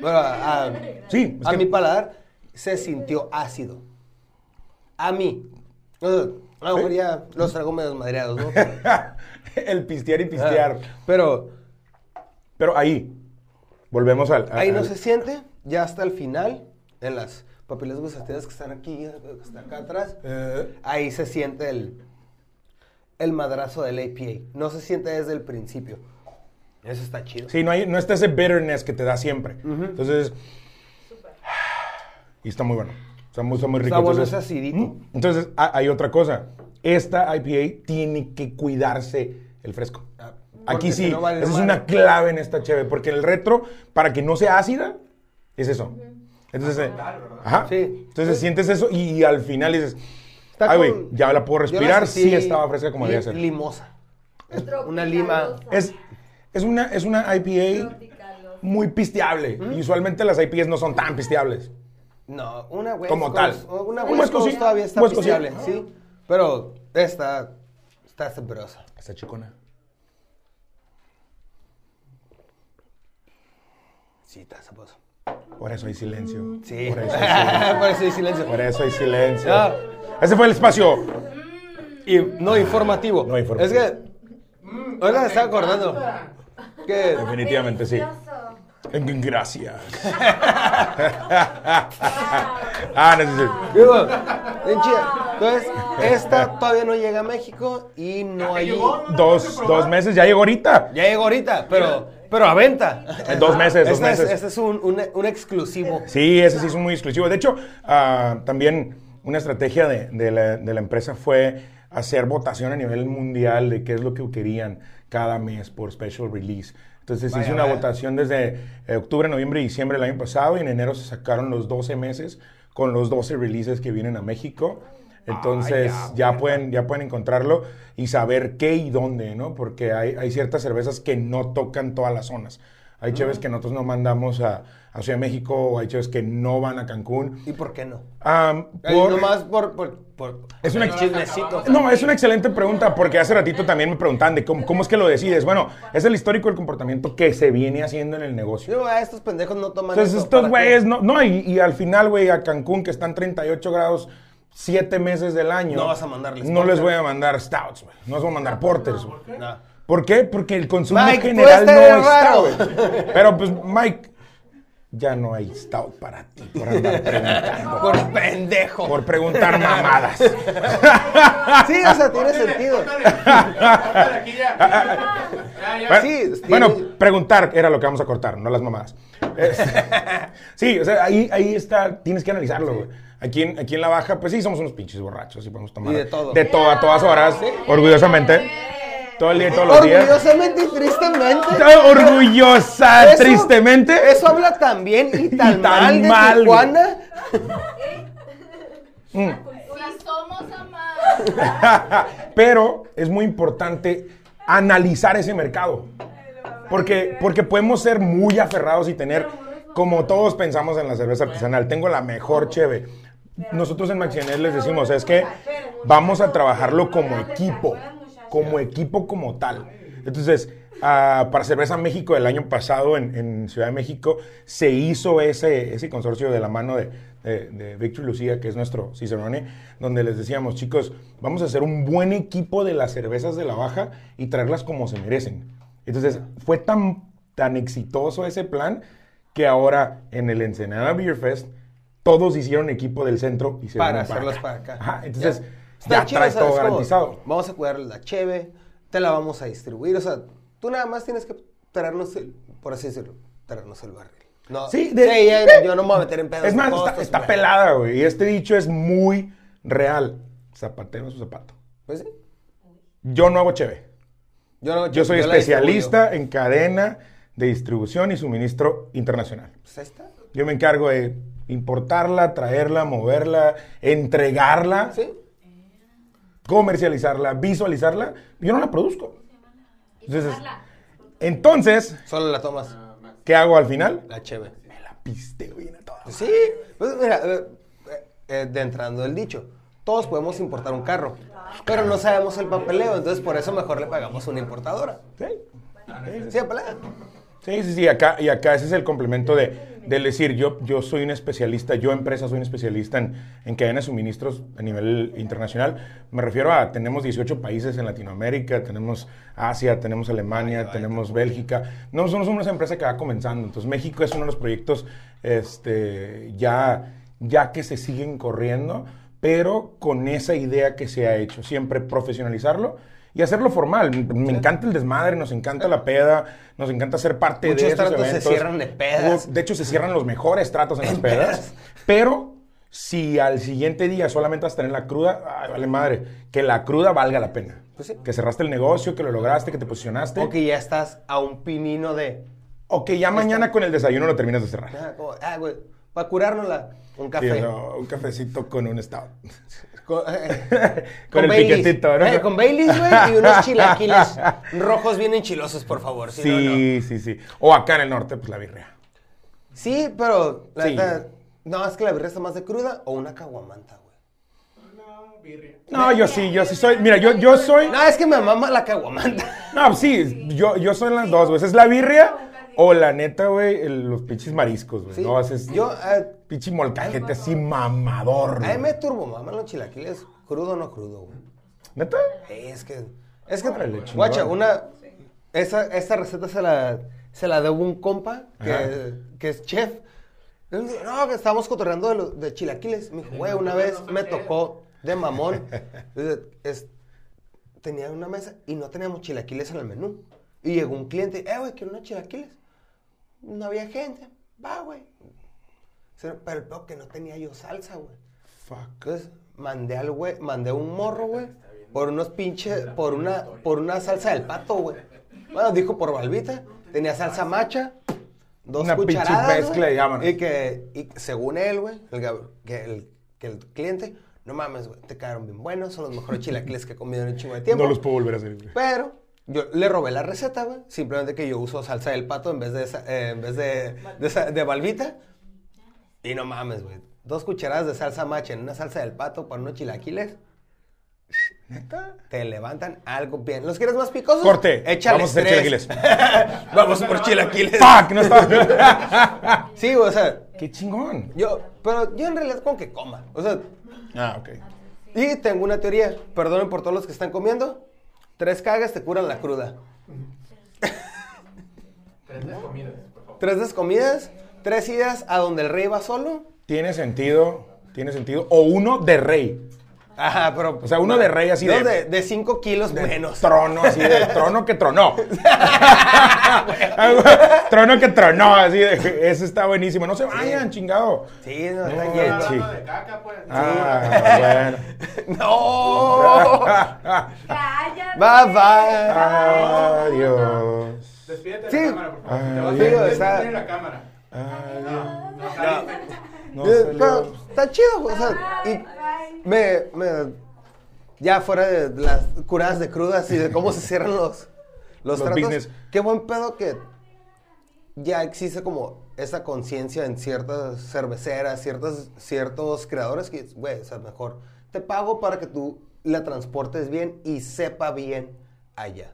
Speaker 1: Bueno, a, a-
Speaker 2: Sí, es
Speaker 1: a
Speaker 2: que-
Speaker 1: mi paladar se sintió ácido. A mí. O sea, a lo mejor ya los tragos medio madreados, ¿no?
Speaker 2: (laughs) el pistear y
Speaker 1: Ah.
Speaker 2: pistear.
Speaker 1: Pero
Speaker 2: Pero ahí, volvemos al... al-
Speaker 1: Ahí no
Speaker 2: al-
Speaker 1: se siente, ya hasta el final, en las papilas gustativas que están aquí, que están acá atrás,
Speaker 2: Eh,
Speaker 1: ahí se siente el, el madrazo del APA. No se siente desde el principio. Eso está chido.
Speaker 2: Sí, no, hay, no está ese bitterness que te da siempre. Entonces. Y está muy bueno. Está muy, está muy rico.
Speaker 1: Está bueno,
Speaker 2: Entonces,
Speaker 1: es acidito.
Speaker 2: ¿Mm? Entonces, ha- hay otra cosa. Esta IPA tiene que cuidarse el fresco.
Speaker 1: Ah, porque
Speaker 2: Aquí
Speaker 1: si
Speaker 2: sí.
Speaker 1: no vale
Speaker 2: esa es
Speaker 1: madre.
Speaker 2: una clave en esta cheve. Porque el retro, para que no sea ácida, es eso. Entonces, eh, ajá.
Speaker 1: Sí.
Speaker 2: Entonces sientes eso y, al final dices,
Speaker 1: Está
Speaker 2: ay, Ah, güey,
Speaker 1: con-
Speaker 2: ya la puedo
Speaker 1: yo la
Speaker 2: respirar. sí
Speaker 1: sentí
Speaker 2: estaba fresca como
Speaker 1: li-
Speaker 2: debía ser.
Speaker 1: Limosa. Una
Speaker 4: Tropicalosa.
Speaker 1: lima.
Speaker 2: Es, es, una, es una IPA
Speaker 4: Tropicalosa.
Speaker 2: muy pisteable. Y usualmente las IPAs no son tan pisteables.
Speaker 1: No, una West
Speaker 2: Como
Speaker 1: Coast-
Speaker 2: tal.
Speaker 1: Una
Speaker 2: Un
Speaker 1: West
Speaker 2: West Coast,
Speaker 1: Coast todavía está
Speaker 2: West Coast,
Speaker 1: pisteable,
Speaker 2: sí.
Speaker 1: sí. Pero esta está sabrosa.
Speaker 2: Está chicona.
Speaker 1: Sí, está sabrosa.
Speaker 2: Por eso hay silencio.
Speaker 1: Sí.
Speaker 2: Por
Speaker 1: (laughs)
Speaker 2: eso hay silencio.
Speaker 1: Por eso hay silencio.
Speaker 2: Por eso hay silencio.
Speaker 1: Ah.
Speaker 2: Ese fue el espacio.
Speaker 1: Y no informativo.
Speaker 2: No informativo.
Speaker 1: Es que
Speaker 3: Mm,
Speaker 1: ahora me estaba acordando que
Speaker 2: Definitivamente sí.
Speaker 4: Delicioso.
Speaker 1: (laughs)
Speaker 2: Gracias. ah, no, sí, sí.
Speaker 1: digo, bien chida. Entonces, esta todavía no llega a México y no hay.
Speaker 3: llegó,
Speaker 1: Ya
Speaker 3: ¿no?
Speaker 2: Dos, dos meses, ya llegó ahorita.
Speaker 1: llegó ahorita, pero, pero a venta.
Speaker 2: En dos meses, dos
Speaker 1: Este es-
Speaker 2: meses.
Speaker 1: este es un, un- un exclusivo.
Speaker 2: Sí, ese sí es muy exclusivo. De hecho, ah, también una estrategia de, de la, de la empresa fue hacer votación a nivel mundial de qué es lo que querían cada mes por special release. Entonces se
Speaker 1: Vaya,
Speaker 2: hizo una
Speaker 1: vaya.
Speaker 2: votación desde eh, octubre, noviembre y diciembre del año pasado y en enero se sacaron los 12 meses con los 12 releases que vienen a México. Entonces
Speaker 1: Ah, ya,
Speaker 2: ya, pueden, ya pueden encontrarlo y saber qué y dónde, ¿no? Porque hay, hay ciertas cervezas que no tocan todas las zonas. Hay cheves que nosotros no mandamos a, a Ciudad de México o hay cheves que no van a Cancún.
Speaker 1: ¿Y por qué no?
Speaker 2: Am,
Speaker 1: Ay,
Speaker 2: por-
Speaker 1: nomás por, por, por-
Speaker 2: Es una-
Speaker 1: chismecito.
Speaker 2: No, es una excelente pregunta porque hace ratito también me preguntaban de cómo, cómo es que lo decides. Bueno, es el histórico del comportamiento que se viene haciendo en el negocio.
Speaker 1: Yo, ah, estos pendejos no toman
Speaker 2: Entonces
Speaker 1: eso,
Speaker 2: estos
Speaker 1: ¿para qué?
Speaker 2: güeyes, no, no y, y al final, güey, a Cancún que están 38 grados siete meses del año.
Speaker 1: No vas a mandarles
Speaker 2: No les
Speaker 1: porter.
Speaker 2: voy a mandar stouts, güey. No les voy a mandar porters, güey.
Speaker 1: Nah.
Speaker 2: ¿Por qué? Porque el consumo
Speaker 1: Mike, tú
Speaker 2: general no
Speaker 1: estás
Speaker 2: está,
Speaker 1: raro.
Speaker 2: güey. Pero pues, Mike, ya no hay stout para ti por andar preguntando.
Speaker 1: Por
Speaker 2: (laughs)
Speaker 1: pendejo.
Speaker 2: Por preguntar mamadas.
Speaker 1: Sí, o sea, tiene
Speaker 3: Córtale,
Speaker 1: sentido.
Speaker 3: córtale. Córtale aquí ya. Ya, ya.
Speaker 2: Bueno,
Speaker 1: Sí,
Speaker 2: bueno,
Speaker 1: tiene-
Speaker 2: preguntar era lo que vamos a cortar, no las mamadas.
Speaker 1: (laughs)
Speaker 2: Es- sí, o sea, ahí, ahí está, tienes que analizarlo, güey. Aquí en, aquí en la baja, pues sí, somos unos pinches borrachos y podemos tomar.
Speaker 1: Y de todo.
Speaker 2: De todo, a todas horas, orgullosamente. Todo el día y todos los días.
Speaker 1: Orgullosamente y tristemente.
Speaker 2: Orgullosa,
Speaker 1: Eso-
Speaker 2: tristemente.
Speaker 1: Eso habla tan bien y tan,
Speaker 2: (laughs) Y tan
Speaker 1: mal de
Speaker 2: mal, güey.
Speaker 1: Tijuana.
Speaker 4: Si somos amados.
Speaker 2: (laughs) Pero es muy importante analizar ese mercado. Porque, porque podemos ser muy aferrados y tener, como todos pensamos en la cerveza artesanal, tengo la mejor cheve. Nosotros en Maxinés les decimos, es que vamos a trabajarlo como equipo, como equipo como tal. Entonces, ah, para Cerveza México el año pasado en, en Ciudad de México se hizo ese, ese consorcio de la mano de, de, de Víctor Lucía, que es nuestro Cicerone, donde les decíamos, chicos, vamos a hacer un buen equipo de las cervezas de la baja y traerlas como se merecen. Entonces, fue tan, tan exitoso ese plan que ahora en el Ensenada Beer Fest todos hicieron equipo del centro y se
Speaker 1: para
Speaker 2: vinieron
Speaker 1: hacerlas para acá.
Speaker 2: Ajá, entonces,
Speaker 1: Ya.
Speaker 2: ya,
Speaker 1: chido, ¿sabes
Speaker 2: traes
Speaker 1: cómo?
Speaker 2: todo garantizado.
Speaker 1: Vamos a cuidar la cheve, te la vamos a distribuir. O sea, tú nada más tienes que traernos, el, por así decirlo, traernos el barril. No,
Speaker 2: Sí, de-
Speaker 1: ya,
Speaker 2: de-
Speaker 1: yo no me voy a meter en pedos.
Speaker 2: Es
Speaker 1: de
Speaker 2: más,
Speaker 1: costos,
Speaker 2: está, está
Speaker 1: güey.
Speaker 2: pelada, güey. Y este dicho es muy real. Zapatero a su zapato.
Speaker 1: Pues sí.
Speaker 2: Yo no hago cheve.
Speaker 1: Yo, no-
Speaker 2: Yo soy
Speaker 1: la distribuyo.
Speaker 2: especialista en cadena de distribución y suministro internacional.
Speaker 1: Pues ahí está.
Speaker 2: Yo me encargo de importarla, traerla, moverla, entregarla,
Speaker 1: Sí.
Speaker 2: comercializarla, visualizarla. Yo no la produzco. Entonces, entonces,
Speaker 1: Solo la tomas,
Speaker 2: ¿qué hago al final?
Speaker 1: la cheve.
Speaker 2: Me la pisteo bien a todas.
Speaker 1: Sí, pues mira, eh, eh, de entrando el dicho, todos podemos importar un carro, pero no sabemos el papeleo, entonces por eso mejor le pagamos a una importadora.
Speaker 2: Sí.
Speaker 1: Sí, pelea.
Speaker 2: Sí, sí, sí, acá, y acá ese es el complemento de, del decir, yo, yo soy un especialista, yo empresa soy un especialista en, en cadena de suministros a nivel internacional. Me refiero a, tenemos 18 países en Latinoamérica, tenemos Asia, tenemos Alemania, tenemos Bélgica. No somos una empresa que va comenzando, entonces México es uno de los proyectos este, ya, ya que se siguen corriendo, pero con esa idea que se ha hecho, siempre profesionalizarlo. Y hacerlo formal. Me encanta el desmadre, nos encanta la peda, nos encanta ser parte parte
Speaker 1: Muchos
Speaker 2: de esos
Speaker 1: tratos se
Speaker 2: eventos.
Speaker 1: cierran de pedas.
Speaker 2: Hubo- De hecho, se cierran los mejores
Speaker 1: (laughs)
Speaker 2: tratos en las pedas. Pero si al siguiente día solamente vas a tener la cruda, ay, vale madre, que la cruda valga la pena.
Speaker 1: Pues sí.
Speaker 2: Que cerraste el negocio, que lo lograste, que te posicionaste.
Speaker 1: O que ya estás a un pinino de,
Speaker 2: O que ya mañana con el desayuno lo terminas de cerrar.
Speaker 1: ah, como, ah, güey, para curárnosla, un
Speaker 2: Sí,
Speaker 1: café.
Speaker 2: no, un cafecito con un estado.
Speaker 1: Con, eh,
Speaker 2: (laughs) Con el
Speaker 1: Baileys.
Speaker 2: piquetito, ¿no?
Speaker 1: Eh, con Baileys, güey, y
Speaker 2: (laughs)
Speaker 1: unos chilaquiles rojos bien enchilosos, por favor. si
Speaker 2: Sí,
Speaker 1: no, no.
Speaker 2: sí, sí. O acá en el norte, pues la birria.
Speaker 1: Sí, pero la
Speaker 2: Sí.
Speaker 1: neta, no, es que la birria está más de cruda o una caguamanta, güey.
Speaker 3: No, birria.
Speaker 2: No, yo sí, yo sí soy. Mira, yo, yo soy.
Speaker 1: No, es que me mama la caguamanta.
Speaker 2: No, sí, yo, yo soy las dos, güey. ¿Es la birria o la neta, güey, el- los pinches mariscos, güey?
Speaker 1: Sí.
Speaker 2: No, haces
Speaker 1: Yo, eh,
Speaker 2: pinche molcajete así mamador,
Speaker 1: a mí
Speaker 2: güey.
Speaker 1: me turbo, mamá, los chilaquiles, crudo o no crudo, güey.
Speaker 2: ¿Neta?
Speaker 1: Es que, es que,
Speaker 2: Órale, chingón.
Speaker 1: guacha, una, esa, esta receta se la, se la debo un compa
Speaker 2: Ajá.
Speaker 1: que, que es chef. Y un día, No, que estábamos cotorreando de, los- de chilaquiles. Me dijo, güey, una vez me tocó de mamón. eh, es- tenía una mesa y no teníamos chilaquiles en el menú. Y llegó un cliente, eh, güey, quiero unos chilaquiles. No había gente. Va, güey. Pero pero el peor que no tenía yo salsa, güey.
Speaker 2: Fuck.
Speaker 1: Entonces, mandé al güey, mandé un morro, güey, por unos pinches, por una, por una salsa del pato, güey. Bueno, dijo por balbita, tenía salsa macha, dos
Speaker 2: Una pinche
Speaker 1: cucharadas, güey,
Speaker 2: mezcla y vámonos.
Speaker 1: y que, y según él, güey, el, gab- que el, que el cliente, no mames, güey, te quedaron bien buenos, son los mejores chilaquiles que he comido en un chingo de tiempo. Pues,
Speaker 2: No los puedo volver a hacer, güey.
Speaker 1: Pero Yo le robé la receta, güey. Simplemente que yo uso salsa del pato en vez de, esa- eh, en vez de, de, esa- de balbita. Y no mames, güey. Dos cucharadas de salsa macha en una salsa del pato para unos chilaquiles. Te levantan algo bien. ¿Los quieres más picosos?
Speaker 2: Corte.
Speaker 1: Échale
Speaker 2: Vamos a hacer
Speaker 1: tres. (laughs) Vamos por chilaquiles.
Speaker 2: ¡Fuck! No estaba.
Speaker 1: (laughs) Sí, güey, o sea,
Speaker 2: ¡Qué chingón!
Speaker 1: yo, pero yo en realidad con que coma. O sea,
Speaker 2: Ah, ok.
Speaker 1: y tengo una teoría. Perdonen por todos los que están comiendo. Tres cagas te curan la cruda.
Speaker 3: Tres de comidas, por favor.
Speaker 1: Tres descomidas, tres idas a donde el rey va solo.
Speaker 2: Tiene sentido. Tiene sentido. O uno de rey.
Speaker 1: Ajá, Ah, pero.
Speaker 2: O sea, uno de rey así
Speaker 1: Dos
Speaker 2: de-
Speaker 1: de. De cinco kilos menos.
Speaker 2: Este, Trono,
Speaker 1: (laughs)
Speaker 2: así de trono que tronó. (laughs) trono que tronó, así de. Eso está buenísimo. No se vayan, chingado.
Speaker 1: Sí, no, está
Speaker 2: No,
Speaker 1: bien.
Speaker 2: no,
Speaker 3: Hablando
Speaker 2: Sí.
Speaker 3: de caca, pues.
Speaker 2: Ah, bueno.
Speaker 1: (laughs) ¡No!
Speaker 4: Cállate.
Speaker 1: Bye, bye.
Speaker 2: Adiós.
Speaker 3: Despídete de
Speaker 1: Sí.
Speaker 3: la cámara, por favor. Te vas
Speaker 2: Ay,
Speaker 3: a
Speaker 1: sí, está-
Speaker 3: despedir de la cámara.
Speaker 2: Adiós.
Speaker 3: No, Javi.
Speaker 2: (laughs) No
Speaker 1: Eh,
Speaker 2: salió.
Speaker 1: pero está chido, güey, o sea, y me, me- Ya fuera de las curadas de crudas y de cómo se cierran los. Los,
Speaker 2: Los
Speaker 1: tratos.
Speaker 2: business.
Speaker 1: Qué buen pedo que ya existe como esa conciencia en ciertas cerveceras, ciertas, ciertos creadores que, güey, o sea, mejor te pago para que tú la transportes bien y sepa bien allá.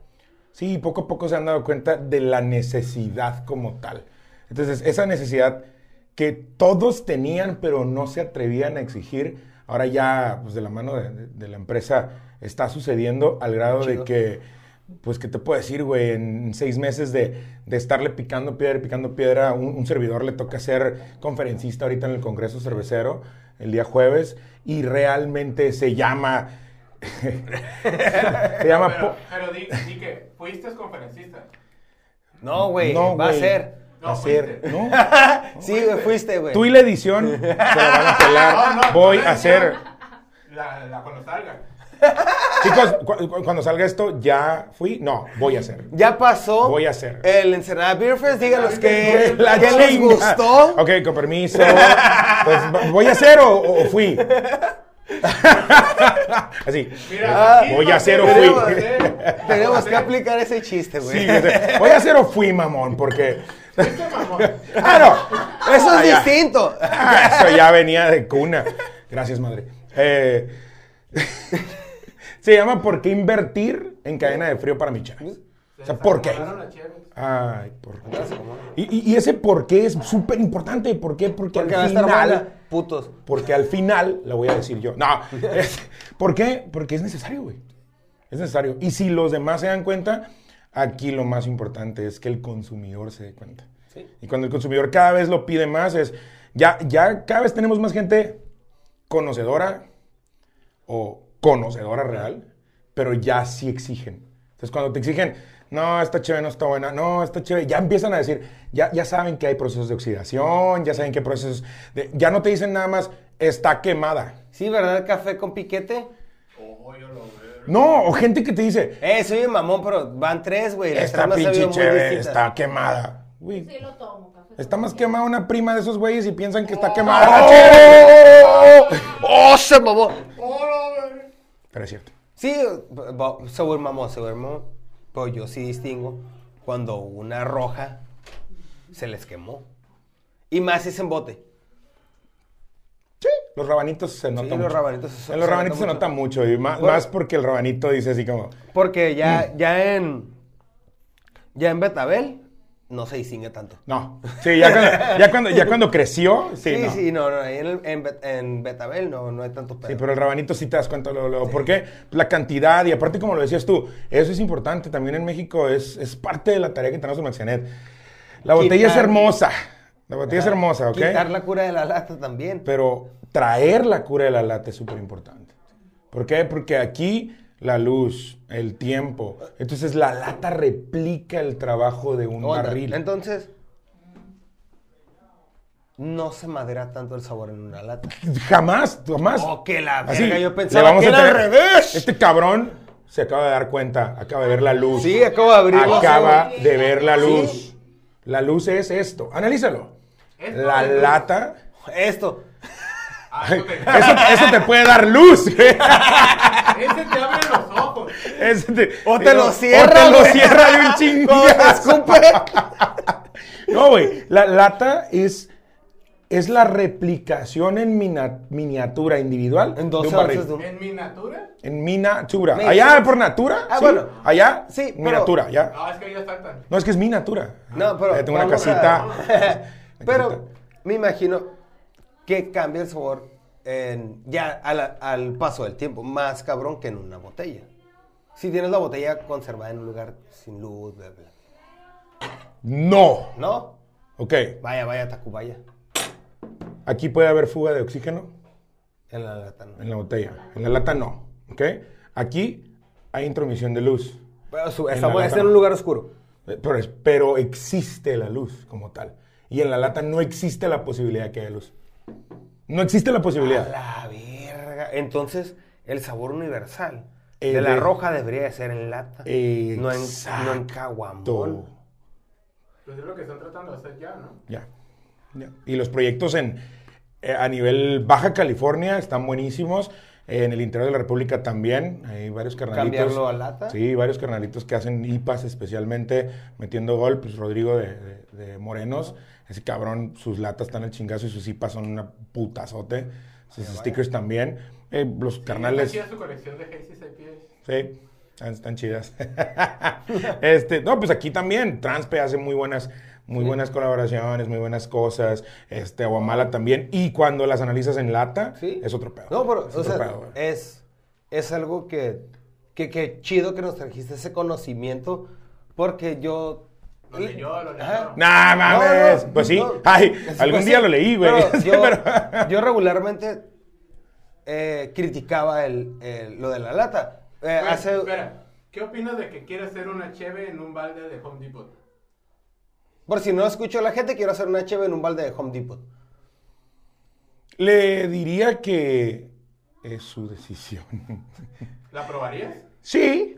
Speaker 2: Sí, poco a poco se han dado cuenta de la necesidad como tal. Entonces, esa necesidad que todos tenían, pero no se atrevían a exigir, ahora ya, pues de la mano de, de- de la empresa, está sucediendo al grado de
Speaker 1: Chido.
Speaker 2: que, pues, ¿qué te puedo decir, güey? En seis meses de, de estarle picando piedra y picando piedra, un, un servidor le toca ser conferencista ahorita en el Congreso Cervecero, el día jueves, y realmente se llama... (laughs) se llama... po-
Speaker 3: Pero, pero di, di que fuiste conferencista.
Speaker 1: No, güey,
Speaker 2: No,
Speaker 1: pues, va a
Speaker 2: güey.
Speaker 1: ser.
Speaker 3: No,
Speaker 2: Va a ser.
Speaker 3: fuiste.
Speaker 2: No.
Speaker 1: (laughs) Sí, güey, fuiste, güey.
Speaker 2: Tú y la edición se la van a pelar.
Speaker 3: No, no,
Speaker 2: Voy
Speaker 3: no,
Speaker 2: a
Speaker 3: no.
Speaker 2: hacer.
Speaker 3: La, la cuando salga.
Speaker 2: Chicos, cu- cu- cuando salga esto, ya fui. No, voy a hacer.
Speaker 1: Ya pasó.
Speaker 2: Voy a hacer.
Speaker 1: El Ensenada Beer Fest, díganos
Speaker 2: Que
Speaker 1: que,
Speaker 2: (laughs) la
Speaker 1: que les
Speaker 2: chinga.
Speaker 1: gustó.
Speaker 2: Ok, con permiso. Pues, ¿Voy a hacer o, o- o fui? (laughs) Así.
Speaker 3: Mira, aquí
Speaker 2: voy a
Speaker 3: no
Speaker 2: hacer o
Speaker 3: te
Speaker 2: fui.
Speaker 3: veo hacer.
Speaker 1: Ah, eh, Tenemos que aplicar ese chiste, güey.
Speaker 2: Sí, que- voy a hacer o fui, mamón, porque.
Speaker 3: Fuiste mamón.
Speaker 2: (laughs) Ah, no.
Speaker 1: Eso
Speaker 2: Ah,
Speaker 1: es
Speaker 2: ya.
Speaker 1: distinto.
Speaker 2: Ah, (laughs) Eso ya venía de cuna. Gracias, madre. Eh, (laughs) se llama ¿Por qué invertir en cadena de frío para michares? O sea, ¿por qué?
Speaker 3: Sacaron las cheves.
Speaker 2: Ay, ¿por qué? Y, y- y ese por qué es súper importante. ¿Por qué? Porque,
Speaker 1: Porque va a
Speaker 2: al
Speaker 1: estar mal,
Speaker 2: final...
Speaker 1: putos.
Speaker 2: Porque al final, la voy a decir yo. No. es- ¿Por qué? Porque es necesario, güey. Es necesario. Y si los demás se dan cuenta, aquí lo más importante es que el consumidor se dé cuenta. Y cuando el consumidor cada vez lo pide más, es ya, ya cada vez tenemos más gente conocedora o conocedora real, pero ya sí exigen. Entonces, cuando te exigen, no, esta chévere no está buena, no, esta chévere, ya empiezan a decir, ya, ya saben que hay procesos de oxidación, ya saben que hay procesos de- ya no te dicen nada más, está quemada.
Speaker 1: Sí, ¿verdad? Café con piquete.
Speaker 3: Oh, yo lo veo.
Speaker 2: No, o gente que te dice,
Speaker 1: Eh, soy un mamón, pero van tres, güey. Las
Speaker 2: esta
Speaker 1: tramas se han
Speaker 2: pinche
Speaker 1: visto muy
Speaker 2: chévere
Speaker 1: distintas.
Speaker 2: está quemada. Güey,
Speaker 4: Sí, lo tomo. café
Speaker 2: está
Speaker 4: con
Speaker 2: más
Speaker 4: leche.
Speaker 2: quemada una prima de esos güeyes y piensan que está quemada. la chévere.
Speaker 1: ¡Oh! ¡Oh, se mamó!
Speaker 3: Oh, lo veo.
Speaker 2: Pero es cierto.
Speaker 1: Sí, b- b- seguro mamón, seguro mamón. Pero yo sí distingo cuando una roja se les quemó. Y más si es en bote.
Speaker 2: Los rabanitos se notan.
Speaker 1: los
Speaker 2: mucho.
Speaker 1: rabanitos se-
Speaker 2: En los
Speaker 1: se
Speaker 2: rabanitos se
Speaker 1: nota
Speaker 2: nota mucho. Y más,
Speaker 1: Bueno.
Speaker 2: más porque el rabanito dice así como.
Speaker 1: Porque
Speaker 2: Mm.
Speaker 1: ya, ya en. Ya en Betabel no se distingue tanto. (laughs)
Speaker 2: No. Sí, ya cuando, ya cuando, ya cuando creció. Sí,
Speaker 1: Sí, sí,
Speaker 2: no.
Speaker 1: no, no,
Speaker 2: sí.
Speaker 1: ahí en, el- en Bet- en Betabel no, no hay tanto pedo.
Speaker 2: pero el rabanito sí te das cuenta luego, luego. ¿Por qué? La cantidad, y aparte, como lo decías tú, eso es importante. También en México es, es parte de la tarea que tenemos en Maxianet. La botella es
Speaker 1: Quitar-
Speaker 2: hermosa. La botella es hermosa, ¿ok?
Speaker 1: Quitar la cura de la lata también.
Speaker 2: Pero traer la cura de la lata es súper importante. ¿Por qué? Porque aquí la luz, el tiempo. Entonces la lata replica el trabajo de un
Speaker 1: Onda.
Speaker 2: barril.
Speaker 1: Entonces, no se madera tanto el sabor en una lata.
Speaker 2: jamás, jamás.
Speaker 1: Oh, que la
Speaker 2: Así,
Speaker 1: verga, yo
Speaker 2: le
Speaker 1: pensaba
Speaker 2: vamos
Speaker 1: que
Speaker 2: a
Speaker 1: era al
Speaker 2: tener-
Speaker 1: revés.
Speaker 2: Este cabrón se acaba de dar cuenta, acaba de ver la luz.
Speaker 1: Sí, acabo de abrir los
Speaker 2: Acaba
Speaker 4: ojos.
Speaker 2: de ver la
Speaker 4: Sí.
Speaker 2: luz. La luz es esto. Analízalo.
Speaker 3: Esto
Speaker 2: la
Speaker 3: es luz.
Speaker 2: lata.
Speaker 1: Esto.
Speaker 2: (laughs)
Speaker 3: Ah, ok.
Speaker 2: (laughs) Eso, eso te puede dar luz.
Speaker 3: Ese te abre los ojos.
Speaker 2: Ese te-
Speaker 1: O te lo
Speaker 2: O
Speaker 1: cierra,
Speaker 2: te lo
Speaker 1: güey.
Speaker 2: cierra de un
Speaker 1: (laughs)
Speaker 2: chingo. (laughs) No, güey. La lata es, es la replicación en mina- miniatura individual
Speaker 1: En
Speaker 2: de
Speaker 1: 12
Speaker 2: un barril.
Speaker 1: onzas de un-
Speaker 3: ¿En miniatura?
Speaker 2: En miniatura.
Speaker 1: Me-
Speaker 2: Allá por natura.
Speaker 1: Ah,
Speaker 2: sí.
Speaker 1: bueno.
Speaker 2: Allá.
Speaker 1: Sí, pero-
Speaker 2: Miniatura, ya.
Speaker 3: No, es que ellos faltan.
Speaker 2: No, es que es miniatura.
Speaker 1: (laughs) No, pero.
Speaker 2: Eh, tengo una
Speaker 1: vamos a- (laughs)
Speaker 2: casita.
Speaker 1: pero me imagino que cambia el sabor en- ya al, al paso del tiempo, más cabrón que en una botella. Si tienes la botella conservada en un lugar sin luz, bla, bla.
Speaker 2: No.
Speaker 1: ¿No?
Speaker 2: Ok.
Speaker 1: Vaya, vaya, Tacubaya.
Speaker 2: Aquí puede haber fuga de oxígeno
Speaker 1: En la lata, ¿no?
Speaker 2: en la botella. En la lata no. Ok. Aquí hay intromisión de luz.
Speaker 1: Pero su-
Speaker 2: En
Speaker 1: esa
Speaker 2: la
Speaker 1: bo-
Speaker 2: lata
Speaker 1: está en
Speaker 2: no.
Speaker 1: un lugar oscuro.
Speaker 2: Eh, Pero, es- pero existe la luz como tal. Y en la lata no existe la posibilidad de que haya luz. No existe la
Speaker 1: A
Speaker 2: posibilidad.
Speaker 1: la verga. Entonces, el sabor universal
Speaker 2: Eh,
Speaker 1: de la
Speaker 2: de-
Speaker 1: roja debería de ser en lata. No en, no en
Speaker 2: Exacto.
Speaker 1: caguamón.
Speaker 3: Pues es lo que están tratando de hacer ya, ¿no?
Speaker 2: Ya. ya. Y los proyectos en, eh, a nivel Baja California están buenísimos. eh, En el interior de la República también hay varios carnalitos.
Speaker 1: ¿Cambiarlo a lata?
Speaker 2: Sí, varios carnalitos que hacen IPAs especialmente metiendo gol. Pues Rodrigo de, de- de Morenos, ese cabrón, sus latas están al chingazo y sus IPAs son una putazote. Sus stickers también. Eh, los carnales. Eh,
Speaker 3: Sí, está chida su colección de Hazy's IPAs.
Speaker 2: Sí, están, están chidas. (laughs) este, no, pues aquí también Transpe hace muy buenas, muy buenas colaboraciones, muy buenas cosas. Este, Guamala también. Y cuando las analizas en lata,
Speaker 1: Sí.
Speaker 2: es otro pedo.
Speaker 1: No, pero,
Speaker 2: es
Speaker 1: o
Speaker 2: otro
Speaker 1: sea, eh,
Speaker 2: pedo, güey.
Speaker 1: es, es algo que, que, que chido que nos trajiste ese conocimiento, porque yo...
Speaker 3: Lo leyó, lo leyó.
Speaker 1: Ajá.
Speaker 2: Nah, mames. pues sí.
Speaker 1: no.
Speaker 2: Ay,
Speaker 1: Es-
Speaker 2: algún
Speaker 1: pues
Speaker 2: día
Speaker 1: sí,
Speaker 2: lo leí, güey.
Speaker 1: pero
Speaker 2: (laughs) Sí,
Speaker 1: yo,
Speaker 2: pero-
Speaker 1: yo regularmente eh, criticaba el, el- lo de la lata. Eh,
Speaker 3: Güey,
Speaker 1: hace-
Speaker 3: Espera, ¿qué opinas de que quieres hacer una cheve en un balde de Home Depot?
Speaker 1: por si no escucho a la gente, quiero hacer una cheve en un balde de Home Depot.
Speaker 2: Le diría que es su decisión. (laughs)
Speaker 3: ¿La probarías?
Speaker 2: sí,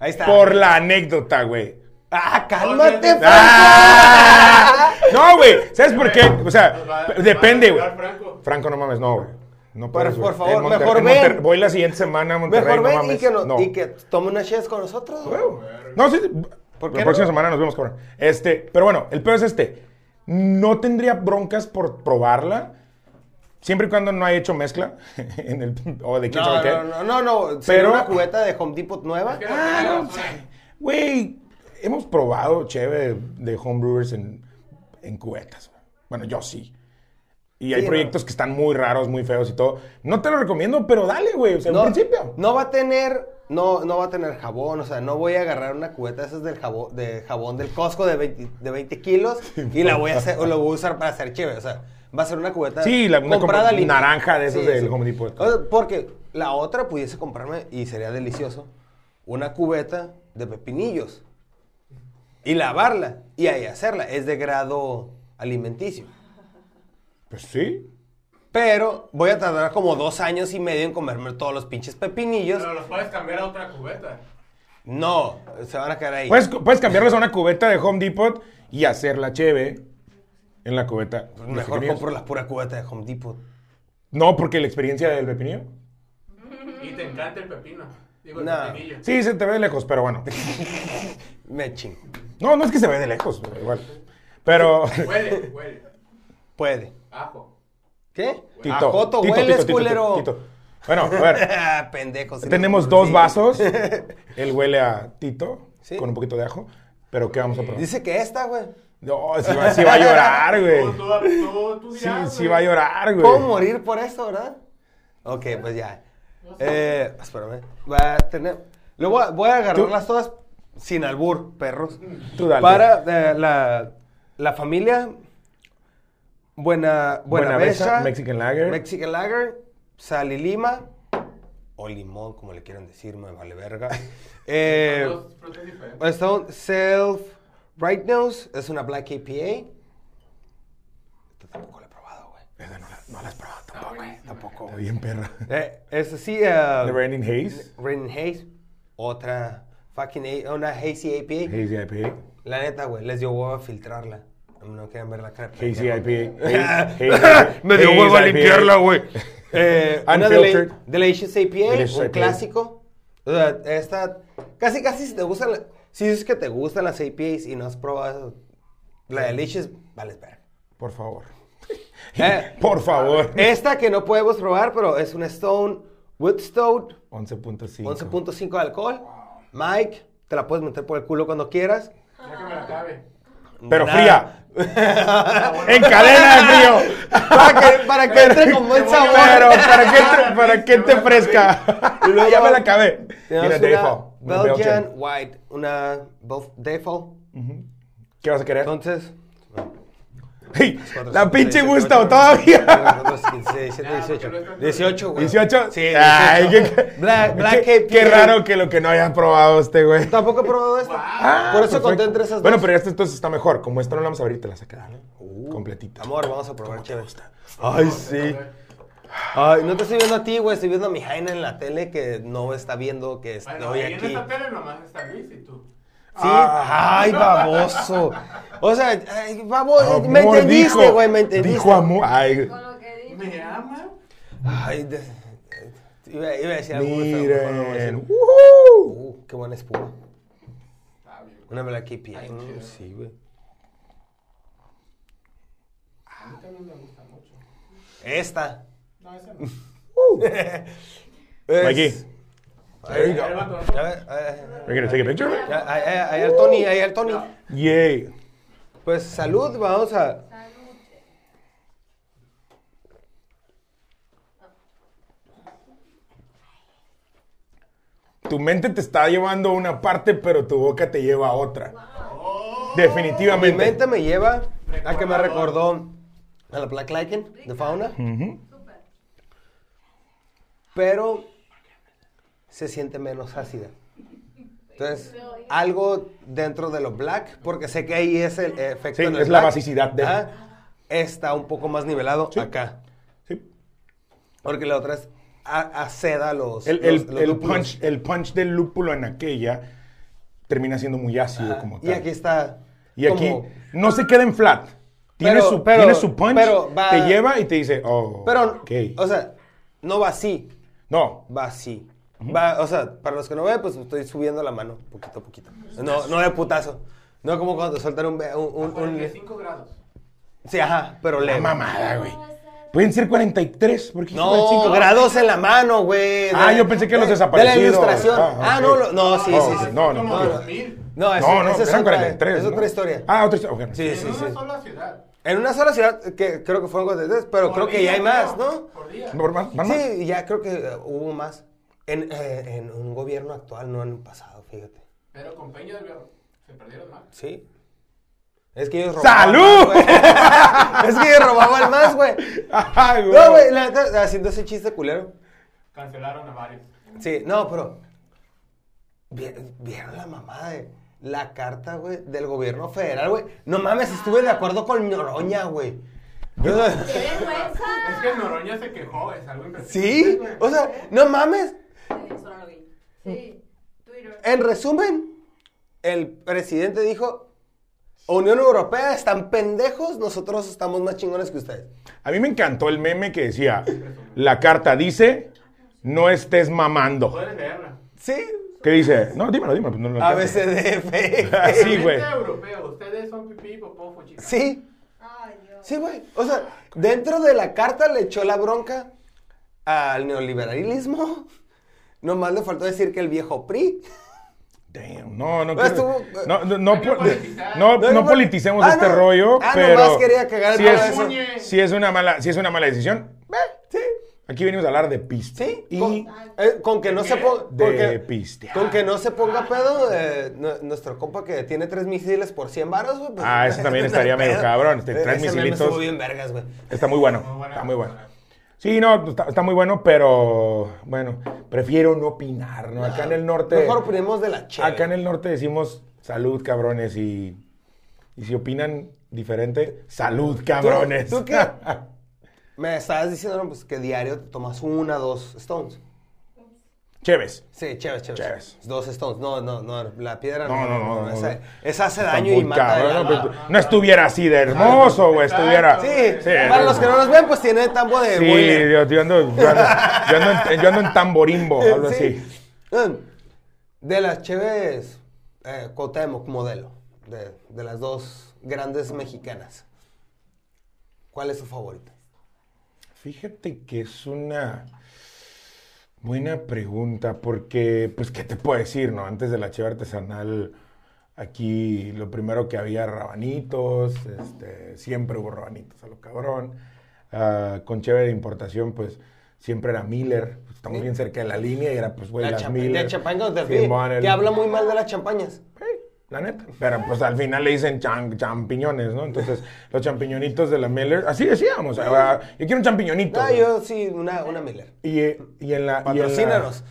Speaker 1: Ahí está.
Speaker 2: por la anécdota, güey.
Speaker 1: Ah, cálmate,
Speaker 3: Ah.
Speaker 2: ¡Ah! No, güey. ¿Sabes por qué? O
Speaker 3: Nos va-
Speaker 2: sea,
Speaker 3: nos va
Speaker 2: depende,
Speaker 3: a
Speaker 2: güey.
Speaker 3: ayudar Franco.
Speaker 2: Franco, no mames, no, güey. No
Speaker 1: Por-
Speaker 2: puedes, güey.
Speaker 1: por favor,
Speaker 2: En Monter-
Speaker 1: mejor
Speaker 2: en
Speaker 1: ven.
Speaker 2: Monter- Voy la siguiente semana a Monterrey,
Speaker 1: Mejor
Speaker 2: no
Speaker 1: ven y,
Speaker 2: mames.
Speaker 1: que no-
Speaker 2: no.
Speaker 1: y que tome una cheve con nosotros. güey.
Speaker 2: Huevo. No, sí, sí.
Speaker 1: ¿Por qué
Speaker 2: la
Speaker 1: no?
Speaker 2: próxima semana nos vemos, cabrón. Este, pero bueno, el peor es este. No tendría broncas por probarla, siempre y cuando no haya hecho mezcla (laughs) en el, o de quién
Speaker 1: No,
Speaker 2: sabe qué.
Speaker 1: no, no, no, no, sería
Speaker 2: Pero-
Speaker 1: una cubeta de Home Depot nueva.
Speaker 3: Es que
Speaker 2: Ah,
Speaker 3: no,
Speaker 2: no,
Speaker 3: no,
Speaker 2: o sea, Güey, hemos probado chévere de, de homebrewers en, en cubetas. güey. Bueno, yo sí. Y hay
Speaker 1: Sí,
Speaker 2: proyectos que están muy raros, muy feos y todo. No te lo recomiendo, pero dale, güey. O sea, en principio.
Speaker 1: no va a tener, no, no va a tener jabón, o sea, no voy a agarrar una cubeta de esas del jabón, de jabón del Costco de 20, de 20 kilos y la voy a hacer, o lo voy a usar para hacer chévere, o sea, va a ser una cubeta
Speaker 2: Sí, la- una
Speaker 1: comprada
Speaker 2: como
Speaker 1: limpia.
Speaker 2: naranja de esas del Home Depot.
Speaker 1: O sea, porque la otra pudiese comprarme y sería delicioso una cubeta de pepinillos y lavarla y ahí hacerla, es de grado alimenticio.
Speaker 2: Pues sí.
Speaker 1: Pero voy a tardar como dos años y medio en comerme todos los pinches pepinillos.
Speaker 3: Pero los puedes cambiar a otra cubeta.
Speaker 1: No, se van a quedar ahí.
Speaker 2: Puedes, puedes cambiarlas a una cubeta de Home Depot y hacerla chévere en la cubeta.
Speaker 1: Mejor
Speaker 2: ¿Qué
Speaker 1: compro
Speaker 2: querías?
Speaker 1: la pura cubeta de Home Depot.
Speaker 2: No, porque la experiencia del pepinillo.
Speaker 3: Y te encanta el pepino. Digo, el
Speaker 1: No.
Speaker 3: pepinillo.
Speaker 2: Sí, se te ve de lejos, pero bueno.
Speaker 1: Me chingo.
Speaker 2: No, no es que se ve de lejos, pero igual. Pero.
Speaker 3: Huele, huele.
Speaker 1: Puede.
Speaker 3: Ajo.
Speaker 1: ¿Qué?
Speaker 2: (laughs) Tito,
Speaker 1: A Joto
Speaker 2: Tito,
Speaker 1: hueles,
Speaker 2: Tito, Tito,
Speaker 1: culero.
Speaker 2: Tito, Tito. Bueno,
Speaker 1: (laughs)
Speaker 2: a ver.
Speaker 1: Ah, (laughs) pendejo. sí,
Speaker 2: Tenemos
Speaker 1: no,
Speaker 2: dos
Speaker 1: sí. (laughs)
Speaker 2: vasos. Él huele a Tito
Speaker 1: Sí.
Speaker 2: con un poquito de ajo. Pero ¿qué vamos a probar?
Speaker 1: Dice que esta, güey.
Speaker 2: No, sí va, sí va a llorar,
Speaker 3: Tú,
Speaker 1: Pues
Speaker 2: güey.
Speaker 3: tú, tú, tú
Speaker 2: Sí,
Speaker 3: dirás,
Speaker 2: sí
Speaker 3: güey.
Speaker 2: va a llorar, güey.
Speaker 1: Puedo morir por esto, ¿verdad? Ok, pues ya. Eh, espérame. Va a tener... Lo voy, a, voy a agarrarlas todas sin albur, perros.
Speaker 2: Tú dale.
Speaker 1: Para eh, la, la familia... Buena, buena,
Speaker 2: Buena Besa, Mexican Lager.
Speaker 1: Mexican Lager, sal y lima, o limón, como le quieran decir, me vale
Speaker 2: (laughs)
Speaker 1: verga. Eh,
Speaker 3: Son dos frutas diferentes.
Speaker 1: está un Self Right Nose, es una Black APA. Esta tampoco la he probado, güey.
Speaker 2: Esa no la, no la has probado tampoco.
Speaker 3: Está
Speaker 1: Tampoco.
Speaker 2: Está bien, perra.
Speaker 1: Eh, esta sí, eh,
Speaker 2: The Raining Haze.
Speaker 1: Rain Haze, otra fucking, A- una Hazy APA.
Speaker 2: Hazy IPA.
Speaker 1: La neta, güey, les dio huevo a filtrarla. No quieren ver la cara. de
Speaker 2: Hazy
Speaker 1: pendejo. (laughs)
Speaker 2: IPA. Haze- Haze-
Speaker 1: Me dio
Speaker 2: Haze
Speaker 1: huevo a
Speaker 2: IPA. (laughs)
Speaker 1: limpiarla, güey. Eh, una de
Speaker 2: Unfiltered.
Speaker 1: Delicious APA,
Speaker 2: Delicious
Speaker 1: un
Speaker 2: IPA.
Speaker 1: clásico. O sea, esta, casi, casi si te gustan, la- si es que te gustan las APAs y no has probado la de Delicious, vale, espera.
Speaker 2: Por favor.
Speaker 1: Eh.
Speaker 2: (laughs) Por favor.
Speaker 1: Esta que no podemos probar, pero es una Stone Wood Stout,
Speaker 2: 11.5.
Speaker 1: 11.5 de alcohol. Mike, te la puedes meter por el culo cuando quieras.
Speaker 3: Ya que me la acabe.
Speaker 2: Pero
Speaker 1: Nada.
Speaker 2: fría.
Speaker 1: (laughs)
Speaker 2: en cadena de frío.
Speaker 1: Para que, para que entre con buen sabor.
Speaker 2: (laughs) Pero ¿para qué te, para qué te fresca?
Speaker 1: Y luego-
Speaker 2: ya me la acabé.
Speaker 1: Tenemos
Speaker 2: Mira,
Speaker 1: una
Speaker 2: Default. una
Speaker 1: Belgian,
Speaker 2: Belgian.
Speaker 1: White, una Bel- Default.
Speaker 2: ¿Qué vas a querer?
Speaker 1: Entonces,
Speaker 2: Ey, la
Speaker 1: 4,
Speaker 2: pinche
Speaker 1: 6,
Speaker 2: gusta
Speaker 1: 8,
Speaker 2: todavía.
Speaker 1: 15, 17, 18. 18, güey.
Speaker 2: 18.
Speaker 1: Sí, 18.
Speaker 2: Ay, qué,
Speaker 1: Black, Black
Speaker 2: qué,
Speaker 1: KPI.
Speaker 2: qué raro que lo que no hayan probado este güey.
Speaker 1: Tampoco he probado esta.
Speaker 2: Ah,
Speaker 1: Por eso conté
Speaker 2: perfecto.
Speaker 1: entre esas
Speaker 2: Bueno,
Speaker 1: dos.
Speaker 2: pero esta entonces está mejor. Como esta no la vamos a abrir, te la sacarán. completita.
Speaker 1: Amor, vamos a probar. chévere.
Speaker 2: Ay, sí.
Speaker 1: Ay, no te estoy viendo a ti, güey. Estoy viendo a mi Jaina en la tele que no está viendo que estoy
Speaker 3: Bueno, ahí en
Speaker 1: aquí.
Speaker 3: esta tele nomás está Luis y tú.
Speaker 1: Sí. Ay, baboso. O sea, ay, baboso. Eh, me
Speaker 2: Amor,
Speaker 1: entendiste,
Speaker 2: dijo,
Speaker 1: güey. Me entendiste.
Speaker 2: Dijo amor. Ay,
Speaker 4: Con lo que dijo.
Speaker 3: ¿Me ama?
Speaker 1: Ay, de- iba, iba a decir algo muy feo, mejor no voy a decir.
Speaker 2: miren. Ujú.
Speaker 1: Uh, qué buena espuma.
Speaker 3: Está bien.
Speaker 1: Una Black KPI.
Speaker 3: Ay,
Speaker 1: Mm,
Speaker 3: chido.
Speaker 1: sí, güey.
Speaker 3: A mí también me gusta mucho.
Speaker 1: Esta.
Speaker 3: No,
Speaker 1: (laughs)
Speaker 3: esa no.
Speaker 2: Uh.
Speaker 1: Es-
Speaker 2: Mikey. There you
Speaker 3: Ahí
Speaker 2: go.
Speaker 3: va tu otro.
Speaker 1: A ver, a ver.
Speaker 2: We're gonna take a picture of it?
Speaker 1: eh, Ya, ahí- eh, ahí- ahí al Tony, ahí al Tony.
Speaker 2: Yay.
Speaker 1: Pues salud, vamos a.
Speaker 4: Salud.
Speaker 2: Tu mente te está llevando a una parte, pero tu boca te lleva a otra. Definitivamente.
Speaker 1: Mi mente me lleva a que me recordó a la Black Lycan de Fauna.
Speaker 2: Mm.
Speaker 1: Pero se siente menos ácida. Entonces, algo dentro de lo black, porque sé que ahí es el efecto.
Speaker 2: Sí,
Speaker 1: en el
Speaker 2: es la
Speaker 1: black.
Speaker 2: basicidad de-
Speaker 1: Ajá. Está un poco más nivelado
Speaker 2: Sí.
Speaker 1: acá.
Speaker 2: Sí.
Speaker 1: Porque la otra es a- aceda a los.
Speaker 2: El, el-
Speaker 1: los- los
Speaker 2: el
Speaker 1: lúpulos.
Speaker 2: punch, el punch del lúpulo en aquella termina siendo muy ácido como tal.
Speaker 1: Y aquí está.
Speaker 2: Y aquí
Speaker 1: como-
Speaker 2: no se queda en flat. Tiene,
Speaker 1: Pero-
Speaker 2: su,
Speaker 1: pero-
Speaker 2: tiene su punch,
Speaker 1: pero va-
Speaker 2: te lleva y te dice, oh,
Speaker 1: Pero,
Speaker 2: ok.
Speaker 1: o sea, no va así.
Speaker 2: no,
Speaker 1: va así. Va, o sea, para los que no ven, pues estoy subiendo la mano poquito a poquito. No, no de putazo. No como cuando te sueltan un... be- un, un- un-
Speaker 3: 45 grados.
Speaker 1: sí, ajá, pero
Speaker 2: la
Speaker 1: leve.
Speaker 2: mamada, güey. Pueden ser 43, porque
Speaker 1: No, grados en la mano, güey.
Speaker 2: Ah,
Speaker 1: De-
Speaker 2: yo pensé que
Speaker 1: de-
Speaker 2: los
Speaker 1: De
Speaker 2: desaparecidos.
Speaker 1: la ilustración. Ah,
Speaker 2: Ah, ok.
Speaker 1: no, lo- no, sí,
Speaker 2: Oh,
Speaker 1: sí, sí.
Speaker 2: no, no,
Speaker 3: Como
Speaker 2: no.
Speaker 3: 2000.
Speaker 1: No,
Speaker 2: No,
Speaker 1: es,
Speaker 2: no,
Speaker 1: esa es
Speaker 2: eran
Speaker 1: otra-
Speaker 2: 43.
Speaker 1: Es
Speaker 2: ¿no?
Speaker 1: otra historia.
Speaker 2: Ah, otra historia. ok.
Speaker 1: Sí,
Speaker 3: En
Speaker 1: sí,
Speaker 3: una
Speaker 1: sí.
Speaker 3: sola ciudad.
Speaker 1: En una sola ciudad, que creo que fueron 43, pero
Speaker 3: Por
Speaker 1: creo que ya
Speaker 3: día,
Speaker 1: hay
Speaker 3: creo.
Speaker 1: más, ¿no?
Speaker 3: Por día.
Speaker 2: ¿Van más? ¿Van más?
Speaker 1: Sí, ya creo que eh, hubo más. En, eh, en un gobierno actual, no en el pasado, fíjate.
Speaker 3: Pero con Peña del Vero se perdieron más.
Speaker 1: Sí. Es que ellos robaban. más,
Speaker 2: ¡Salud!
Speaker 1: güey. (laughs) es que ellos robaban más,
Speaker 2: (laughs)
Speaker 1: güey.
Speaker 2: Ay, güey.
Speaker 1: No, güey, la neta, haciendo ese chiste culero.
Speaker 3: Cancelaron a varios.
Speaker 1: Sí, no, pero. vi- ¿Vieron la mamada de la carta, güey, del gobierno federal, güey? No mames, estuve de acuerdo con Noroña, güey.
Speaker 4: ¡Qué vergüenza!
Speaker 3: Es que Noroña se quejó, es algo impresionante.
Speaker 1: (laughs) Sí, o sea, no mames.
Speaker 4: Eso no lo vi. Sí. Twitter.
Speaker 1: En resumen, el presidente dijo: Unión Europea están pendejos, nosotros estamos más chingones que ustedes.
Speaker 2: A mí me encantó el meme que decía, la carta dice, no estés mamando.
Speaker 3: Puedes leerla.
Speaker 1: Sí,
Speaker 2: ¿Qué dice? No, dímelo, dímelo. pues no lo
Speaker 1: A
Speaker 2: alcanzo.
Speaker 1: veces
Speaker 2: (laughs)
Speaker 1: de fe.
Speaker 2: Sí, güey.
Speaker 3: Gente europea, ustedes son pipí, popó, fuchica.
Speaker 1: Sí,
Speaker 4: Ay, Dios.
Speaker 1: sí, güey. O sea, dentro de la carta le echó la bronca al neoliberalismo. Nomás le faltó decir que el viejo PRI.
Speaker 2: Damn, no,
Speaker 1: No,
Speaker 2: no, quiero-
Speaker 1: Pues estuvo-
Speaker 2: no, no, no
Speaker 3: Hay que
Speaker 2: po-
Speaker 3: politizar.
Speaker 2: no-
Speaker 1: No,
Speaker 2: no
Speaker 1: no,
Speaker 2: politicemos
Speaker 1: ah,
Speaker 2: este
Speaker 1: no.
Speaker 2: rollo,
Speaker 1: Ah,
Speaker 2: pero
Speaker 1: nomás quería cagar
Speaker 2: si
Speaker 1: para
Speaker 2: es,
Speaker 1: eso.
Speaker 2: si es una mala, si es una mala decisión,
Speaker 1: Sí,
Speaker 2: aquí venimos a hablar de pista
Speaker 1: sí.
Speaker 2: y
Speaker 1: Con, eh, con que no se ponga.
Speaker 2: de
Speaker 1: Con que,
Speaker 2: pistear.
Speaker 1: con que no se ponga pedo, eh, nu- nuestro compa que tiene tres misiles por 100 varos, güey. pues, (laughs)
Speaker 2: Ah, ese también estaría medio
Speaker 1: pedo.
Speaker 2: cabrón, este,
Speaker 1: Ese
Speaker 2: tres
Speaker 1: meme
Speaker 2: misilitos.
Speaker 1: estuvo bien vergas, güey.
Speaker 2: está muy bueno,
Speaker 3: Muy buena,
Speaker 2: está muy bueno.
Speaker 3: muy buena.
Speaker 2: Sí, no, está, está muy bueno, pero bueno, prefiero no opinar, ¿no? Acá en el norte,
Speaker 1: Mejor opinemos de la chica.
Speaker 2: acá en el norte decimos salud, cabrones, y, y si opinan diferente, salud, cabrones.
Speaker 1: tú
Speaker 2: (laughs)
Speaker 1: qué? Me estabas diciendo no, pues, que diario te tomas una, dos stones.
Speaker 2: Chéves.
Speaker 1: Sí, chévere, chévere.
Speaker 2: Chéves.
Speaker 1: chévere. Dos stones. No, no, no, la piedra
Speaker 2: No, no, no, no,
Speaker 1: esa,
Speaker 2: no.
Speaker 1: esa hace
Speaker 2: Está
Speaker 1: daño
Speaker 2: muy
Speaker 1: y mata.
Speaker 2: cabrón,
Speaker 1: el
Speaker 2: no,
Speaker 1: alma.
Speaker 2: pero tú- no estuviera así de hermoso, güey,
Speaker 3: Exacto.
Speaker 2: estuviera...
Speaker 1: Sí,
Speaker 3: Sí,
Speaker 1: para los que no nos ven, pues tiene tambo de
Speaker 2: Sí,
Speaker 1: boiler. (laughs)
Speaker 2: yo, yo ando, yo, ando, yo ando en, yo ando en tamborimbo, algo
Speaker 1: Eh, Sí.
Speaker 2: así.
Speaker 1: Mm. De las cheves, eh, Cuauhtémoc modelo, de, de las dos grandes mexicanas. ¿Cuál es su favorita?
Speaker 2: Fíjate que es una buena pregunta, porque, pues, ¿qué te puedo decir, no? Antes de la cheva artesanal, aquí lo primero que había rabanitos, este, siempre hubo rabanitos a lo cabrón. Ah, con cheve de importación, pues, siempre era Miller, pues, estamos bien cerca de la línea y era, pues, güey,
Speaker 1: La,
Speaker 2: las
Speaker 1: champa-
Speaker 2: Miller.
Speaker 1: la champaña de
Speaker 2: Simón, el-
Speaker 1: que habla muy mal de las champañas.
Speaker 2: Ey, La neta. Pero pues al final le dicen chan- champiñones, ¿no? Entonces, los champiñonitos de la Miller. Así decíamos. ah, yo quiero un champiñonito.
Speaker 1: Ah, yo sí, una, una Miller.
Speaker 2: Y, eh, y en la. y en la-
Speaker 1: Patrocínanos.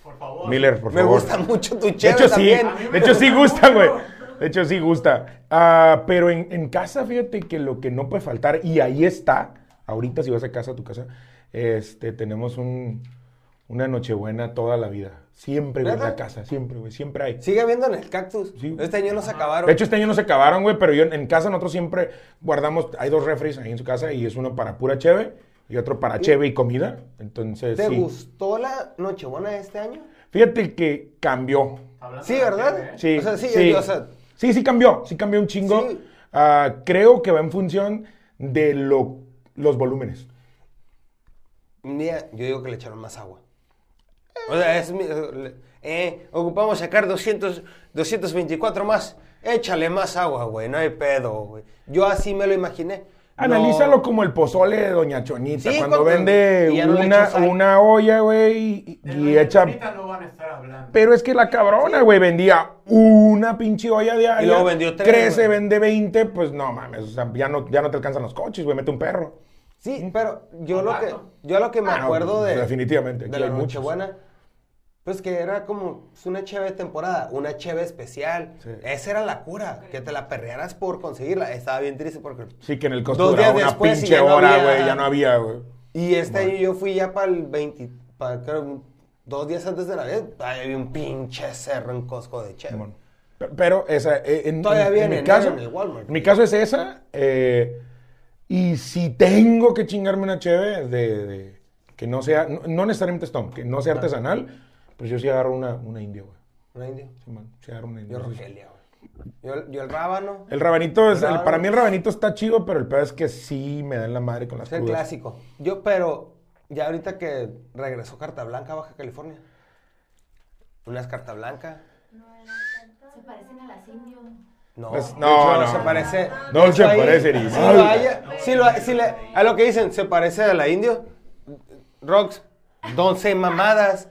Speaker 3: Por favor.
Speaker 2: Miller, por
Speaker 1: Me
Speaker 2: favor.
Speaker 1: gusta mucho tu
Speaker 2: De
Speaker 1: cheve
Speaker 2: hecho, sí.
Speaker 1: también.
Speaker 2: De hecho, sí gusta, güey. De hecho, sí gusta. Ah, pero en, en casa, fíjate que lo que no puede faltar, y ahí está, ahorita si vas a casa, a tu casa, este, tenemos un, una nochebuena toda la vida. Siempre, güey, en la
Speaker 1: ¿Neta?
Speaker 2: casa. Siempre, güey. Siempre hay.
Speaker 1: Sigue habiendo en el cactus.
Speaker 2: Sí.
Speaker 1: Este año no se acabaron.
Speaker 2: De hecho, este año no se acabaron, güey, pero yo en casa nosotros siempre guardamos, hay dos refres ahí en su casa y es uno para pura cheve y otro para cheve y comida. Entonces,
Speaker 1: ¿Te
Speaker 2: sí.
Speaker 1: gustó la Nochebuena de este año?
Speaker 2: Fíjate que cambió.
Speaker 3: Hablando
Speaker 1: Sí,
Speaker 3: de la
Speaker 1: ¿verdad?
Speaker 3: tele, ¿eh?
Speaker 2: Sí,
Speaker 1: O sea, sí,
Speaker 2: sí.
Speaker 1: yo- o sea,
Speaker 2: sí, sí cambió, sí cambió un chingo.
Speaker 1: Sí.
Speaker 2: Ah, creo que va en función de lo, los volúmenes.
Speaker 1: mira, yo digo que le echaron más agua. O sea, es mi- eh, eh, ocupamos sacar 200, 224 más. Échale más agua, güey, no hay pedo, güey. Yo así me lo imaginé. No-
Speaker 2: Analízalo como el pozole de Doña Chonita,
Speaker 1: Sí,
Speaker 2: cuando
Speaker 1: cuando-
Speaker 2: vende
Speaker 1: y ya no le
Speaker 2: una,
Speaker 1: echan sal.
Speaker 2: una olla, güey, y,
Speaker 3: De
Speaker 2: y
Speaker 3: la
Speaker 2: echa...
Speaker 3: Ahorita no van a estar hablando.
Speaker 2: Pero es que la cabrona, güey, vendía una pinche olla diaria.
Speaker 1: Y luego vendió tres,
Speaker 2: Crece,
Speaker 1: güey.
Speaker 2: vende 20, pues no mames, o sea, ya no, ya no te alcanzan los coches, güey, mete un perro.
Speaker 1: Sí, pero yo lo que
Speaker 3: Barato.
Speaker 1: yo lo que me
Speaker 2: Ah, no,
Speaker 1: acuerdo de
Speaker 2: definitivamente, aquí
Speaker 1: de la
Speaker 2: hay muchos.
Speaker 1: Nochebuena pues que era como pues, una cheve de temporada, una cheve especial.
Speaker 2: Sí.
Speaker 1: Esa era la cura, que te la perrearas por conseguirla. Estaba bien triste porque
Speaker 2: Sí, que en el costo
Speaker 1: Dos
Speaker 2: duraba
Speaker 1: días
Speaker 2: una
Speaker 1: después y
Speaker 2: pinche
Speaker 1: ya no
Speaker 2: hora,
Speaker 1: había-
Speaker 2: güey, ya no había, güey.
Speaker 1: y este año yo fui ya para el 20 para creo, dos días antes de Navidad, ahí había un pinche cerro en Costco de cheve.
Speaker 2: Simón. Pe- Pero esa, eh, en,
Speaker 1: Todavía
Speaker 2: en- en
Speaker 1: viene
Speaker 2: mi
Speaker 1: en
Speaker 2: caso,
Speaker 1: enero en el Walmart.
Speaker 2: mi caso es esa, eh, y si tengo que chingarme una cheve de, de- que no sea, no, no necesariamente Stomp, que no sea artesanal, pues yo sí agarro una, una india, güey.
Speaker 1: ¿No, Indio?
Speaker 2: Simón, sí agarro una india.
Speaker 1: Yo Rogelia, güey. Yo, yo el rábano,
Speaker 2: El rabanito es.
Speaker 1: El
Speaker 2: el-
Speaker 1: rábano.
Speaker 2: para mí el rabanito está chido, pero el peor es que sí me dan la madre con las
Speaker 1: es el
Speaker 2: crudas.
Speaker 1: clásico. Yo pero ya ahorita que regresó Carta Blanca a Baja California. Unas Carta Blanca.
Speaker 4: Se parecen a las indios.
Speaker 1: No,
Speaker 2: Pues,
Speaker 1: de
Speaker 2: no,
Speaker 1: hecho,
Speaker 2: no.
Speaker 1: se parece.
Speaker 2: No
Speaker 1: de hecho,
Speaker 2: se
Speaker 1: ahí,
Speaker 2: parece ni
Speaker 1: Si
Speaker 2: madre.
Speaker 1: lo haya- si lo- si le- a lo que dicen, se parece a la indio. Rox, don't say mamadas.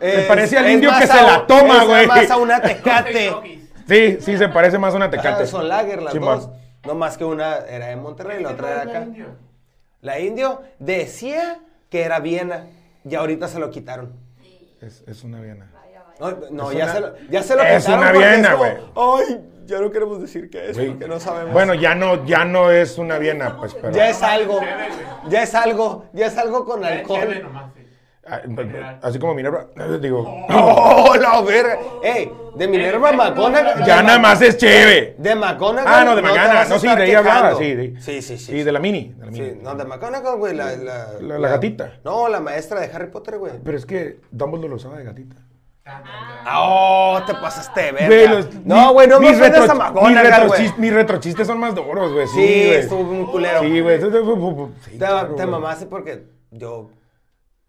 Speaker 2: Se
Speaker 1: Es-
Speaker 2: parece al
Speaker 1: es
Speaker 2: indio
Speaker 1: más
Speaker 2: que
Speaker 1: a
Speaker 2: se la
Speaker 1: un-
Speaker 2: toma,
Speaker 1: es
Speaker 2: güey.
Speaker 1: más a una
Speaker 3: Seis (laughs)
Speaker 1: tecate.
Speaker 3: jockeys.
Speaker 2: Sí, sí, se parece más a una tecate.
Speaker 1: Ah, son lager las
Speaker 2: Simón.
Speaker 1: dos. No más que una era de Monterrey y la otra era
Speaker 3: Ese no es
Speaker 1: acá.
Speaker 3: indio.
Speaker 1: La indio decía que era Viena y ahorita se lo quitaron.
Speaker 2: Es, es una viena.
Speaker 1: No, no,
Speaker 2: Es
Speaker 1: ya,
Speaker 2: una-
Speaker 1: se lo, ya se lo
Speaker 2: es
Speaker 1: quitaron.
Speaker 2: una
Speaker 1: porque
Speaker 2: Viena,
Speaker 1: como,
Speaker 2: güey.
Speaker 1: Ay, ya no queremos decir qué es,
Speaker 2: Güey.
Speaker 1: porque no sabemos.
Speaker 2: Bueno, ya no, ya no es una viena, pues, pero.
Speaker 1: Ya es algo.
Speaker 3: Chévere, güey.
Speaker 1: Ya es algo. Ya es algo con
Speaker 3: Es chévere
Speaker 1: alcohol.
Speaker 3: nomás, sí.
Speaker 2: Ah, pero- pero- Así como Minerva,
Speaker 1: (laughs)
Speaker 2: digo.
Speaker 1: ¡Oh, la verga! ¡Ey! De Minerva
Speaker 3: Eh,
Speaker 1: Magona.
Speaker 2: Ya nada más es cheve.
Speaker 1: De Magona.
Speaker 2: Ah, no, de Magana. No, sí, de ahí hablaba. Sí, de,
Speaker 1: sí, sí. sí,
Speaker 2: de la mini. De la
Speaker 1: Sí,
Speaker 2: mini.
Speaker 1: no, de McGonagall, güey, la, la,
Speaker 2: La- la gatita.
Speaker 1: No, la maestra de Harry Potter, güey.
Speaker 2: Pero es que Dumbledore lo usaba de gatita.
Speaker 3: Tan, tan, tan.
Speaker 1: Ah, ¡Oh, te pasaste de verga!
Speaker 2: Güey, los-
Speaker 1: no,
Speaker 2: mi-
Speaker 1: güey, no me
Speaker 2: mis
Speaker 1: ofendas
Speaker 2: retro-
Speaker 1: a
Speaker 2: mis
Speaker 1: McGonagall, güey.
Speaker 2: retrochis- Mis retrochistes son más duros, güey. Sí,
Speaker 1: Sí,
Speaker 2: güey.
Speaker 1: estuvo muy culero.
Speaker 2: Sí, güey. Eso- eso- eso- sí,
Speaker 1: Te, te
Speaker 2: claro, güey.
Speaker 1: mamaste porque yo...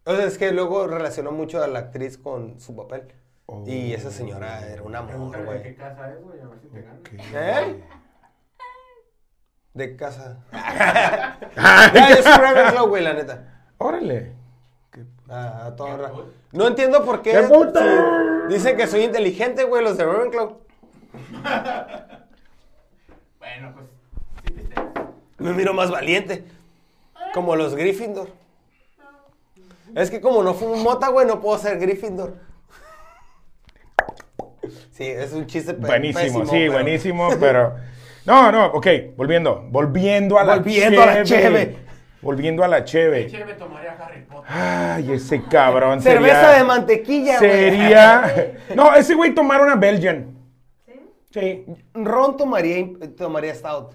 Speaker 1: O sea, es que luego relacionó mucho a la actriz con su papel.
Speaker 2: Oh.
Speaker 1: Y esa señora era un amor,
Speaker 3: Pregúntale de qué
Speaker 1: güey.
Speaker 3: casa es, güey, a ver si te
Speaker 2: (laughs)
Speaker 3: gana.
Speaker 1: ¿Eh? De casa.
Speaker 2: Ay,
Speaker 1: Ya, yo
Speaker 2: (laughs)
Speaker 1: soy Ravenclaw, güey, la neta.
Speaker 2: Órale.
Speaker 1: A, a toda ra- No entiendo por qué...
Speaker 2: ¡Qué puto!
Speaker 1: sí, Dicen que soy inteligente, güey, los de Ravenclaw.
Speaker 3: Bueno, pues. sí, viste.
Speaker 1: Me miro más valiente. Como los Gryffindor. Es que como no fumo mota, güey, no puedo ser Gryffindor. Sí, es un chiste pe-
Speaker 2: Buenísimo,
Speaker 1: pésimo,
Speaker 2: sí,
Speaker 1: pero- (laughs)
Speaker 2: buenísimo, pero... No, no, ok, volviendo, volviendo a la
Speaker 1: Volviendo a la cheve.
Speaker 2: Volviendo a la
Speaker 3: ¿Qué
Speaker 2: cheve.
Speaker 3: chévere tomaría Harry Potter?
Speaker 2: Ay, ese cabrón
Speaker 1: Cerveza
Speaker 2: sería-
Speaker 1: de mantequilla, güey.
Speaker 2: Sería... No, ese güey tomar una Belgian. Sí.
Speaker 1: Ron tomaría, tomaría stout.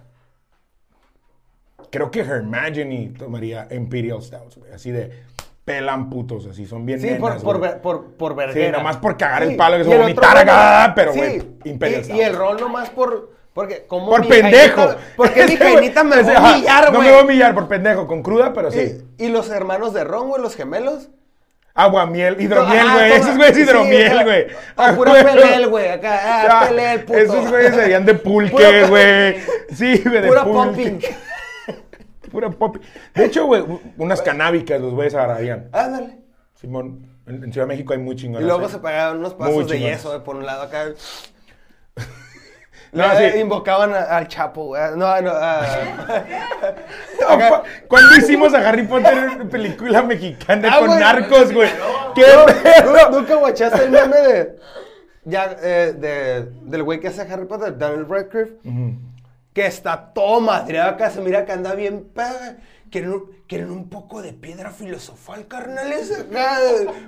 Speaker 2: Creo que Hermione tomaría Imperial Stouts, güey, así de... pelan putos, así son bien
Speaker 1: Sí,
Speaker 2: nenas,
Speaker 1: por, por,
Speaker 2: güey.
Speaker 1: ver- por, por
Speaker 2: Sí,
Speaker 1: verguera.
Speaker 2: nomás por cagar
Speaker 1: Sí,
Speaker 2: el palo, que se
Speaker 1: y el
Speaker 2: vomitar
Speaker 1: otro
Speaker 2: acá,
Speaker 1: nomás-
Speaker 2: pero
Speaker 1: sí,
Speaker 2: güey, imperial
Speaker 1: y,
Speaker 2: style.
Speaker 1: y el rol nomás por... Porque como
Speaker 2: Por
Speaker 1: mi
Speaker 2: pendejo.
Speaker 1: jainita-
Speaker 2: (laughs)
Speaker 1: porque mi
Speaker 2: Ese güey,
Speaker 1: jainita me
Speaker 2: ese,
Speaker 1: va
Speaker 2: ajá,
Speaker 1: a humillar,
Speaker 2: No
Speaker 1: güey. Eh,
Speaker 2: me voy a humillar por pendejo, con cruda, pero sí.
Speaker 1: Y, y los hermanos de Ron, güey, los gemelos.
Speaker 2: Agua, miel, hidromiel,
Speaker 1: Ajá,
Speaker 2: güey.
Speaker 1: toma-
Speaker 2: Esos güeyes
Speaker 1: sí,
Speaker 2: hidromiel,
Speaker 1: ajá.
Speaker 2: güey.
Speaker 1: A puro
Speaker 2: Ah,
Speaker 1: pelel, güey. Acá, ah,
Speaker 2: Ya,
Speaker 1: pelé el puto. (laughs)
Speaker 2: Esos güeyes serían de pulque,
Speaker 1: Puro-
Speaker 2: güey. Sí, güey, de
Speaker 1: Pura
Speaker 2: pulque.
Speaker 1: pumping.
Speaker 2: Pura popping. De hecho, güey, u- unas canábicas los güeyes agarrarían.
Speaker 1: Ándale.
Speaker 2: Simón, en, en Ciudad de México hay muy
Speaker 1: Y
Speaker 2: chingonas. ¿eh?
Speaker 1: luego
Speaker 2: sí.
Speaker 1: se pagaban unos
Speaker 2: Muy
Speaker 1: pasos de
Speaker 2: chingones.
Speaker 1: yeso, güey, por un lado acá.
Speaker 2: (laughs) No,
Speaker 1: Le-
Speaker 2: sí.
Speaker 1: Invocaban a- al Chapo, güey. No, no,
Speaker 2: (laughs)
Speaker 1: a...
Speaker 2: No, pa- ¿Cuándo hicimos a Harry Potter en película mexicana
Speaker 1: Ah,
Speaker 2: con
Speaker 1: güey.
Speaker 2: narcos, güey? ¿Qué
Speaker 1: ¿Tú-
Speaker 2: pedo?
Speaker 1: ¿Nunca guachaste el meme de. Ya, eh, de, del güey que hace Harry Potter, Daniel Radcliffe? Que está todo madreado acá, se mira que anda bien pega. Quieren un, quieren un poco de piedra filosofal, carnales. acá,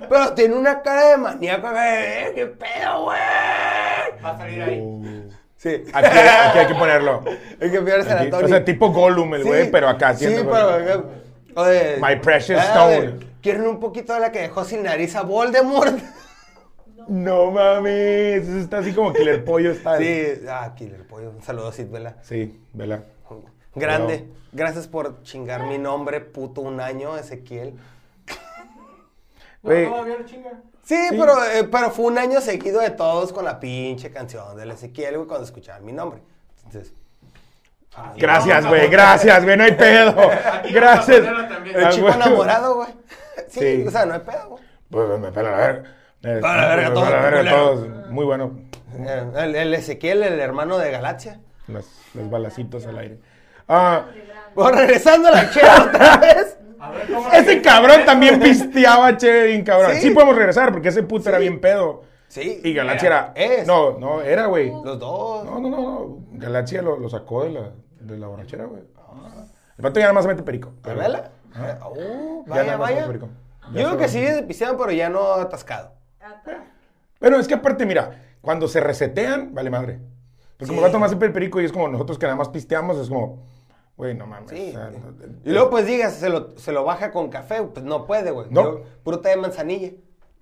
Speaker 1: Pero tiene una cara de maníaco. acá, eh, ¿Qué pedo, güey? Ah,
Speaker 3: Va a salir ahí.
Speaker 1: Sí.
Speaker 2: Aquí, aquí hay que ponerlo.
Speaker 1: Hay que pillar San
Speaker 2: Aquí-
Speaker 1: Antonio.
Speaker 2: o sea, tipo Gollum, el
Speaker 1: Sí,
Speaker 2: güey, pero acá.
Speaker 1: Sí,
Speaker 2: haciendo-
Speaker 1: pero acá. o de-
Speaker 2: My precious
Speaker 1: ah, de-
Speaker 2: stone.
Speaker 1: ¿Quieren un poquito de la que dejó sin nariz a Voldemort?
Speaker 2: No mames, eso está así como Killer Pollo está.
Speaker 1: Sí, ah, Killer Pollo. Un saludo a Sid Vela.
Speaker 2: Sí, vela.
Speaker 1: Grande.
Speaker 2: Pero-
Speaker 1: Gracias por chingar mi nombre, puto, un año, Ezequiel.
Speaker 2: Güey,
Speaker 3: No, todavía lo chinga.
Speaker 1: Sí, Pero, eh, pero fue un año seguido de todos con la pinche canción del Ezequiel, güey, cuando escuchaban mi nombre. Entonces, Ah,
Speaker 2: gracias, güey, gracias, güey, no hay pedo.
Speaker 3: Aquí vamos a
Speaker 2: Gracias.
Speaker 3: ponerlo también.
Speaker 1: el
Speaker 2: Ah,
Speaker 1: chico
Speaker 2: güey.
Speaker 1: enamorado,
Speaker 2: (laughs)
Speaker 1: güey. Sí,
Speaker 2: Sí.
Speaker 1: o sea, no hay pedo, güey.
Speaker 2: Pues me pela la verga. Eh,
Speaker 1: Para la verga
Speaker 2: me
Speaker 1: todos,
Speaker 2: pela la verga
Speaker 1: culero.
Speaker 2: todos. Muy bueno.
Speaker 1: Eh, El, el Ezequiel, el hermano de Galaxia.
Speaker 2: Las, los balacitos al aire. Ah,
Speaker 1: Bueno, regresando a la
Speaker 2: (laughs)
Speaker 1: chela otra vez.
Speaker 3: A ver cómo.
Speaker 2: ese cabrón
Speaker 1: (laughs)
Speaker 2: también pisteaba, che, bien cabrón.
Speaker 1: Sí.
Speaker 2: Sí. podemos regresar porque ese puto era bien pedo.
Speaker 1: Sí.
Speaker 2: Y Galaxia era.
Speaker 1: Es.
Speaker 2: No, no, era, güey.
Speaker 1: Los dos.
Speaker 2: No, no, no, no. Galaxia lo, lo sacó de la, de la borrachera, güey. Ah. El pato ya nada más se mete perico.
Speaker 1: ¿La vela?
Speaker 2: Ah.
Speaker 1: Oh,
Speaker 2: Ya
Speaker 1: vaya,
Speaker 2: nada más
Speaker 1: vaya.
Speaker 2: el perico.
Speaker 1: Yo
Speaker 2: Ya
Speaker 1: creo que sí
Speaker 2: solo-
Speaker 1: pistean, pero ya no atascado.
Speaker 4: Ah, (laughs)
Speaker 2: Bueno, es que aparte, mira, cuando se resetean, vale madre. Porque como
Speaker 1: Sí.
Speaker 2: va a tomar siempre el perico y es como nosotros que nada más pisteamos, es como, güey, no mames.
Speaker 1: Sí.
Speaker 2: o sea, no- eh, no-
Speaker 1: Y luego, pues digas, se lo, se lo baja con café, pues no puede, güey.
Speaker 2: No.
Speaker 1: Yo, Puro té de manzanilla.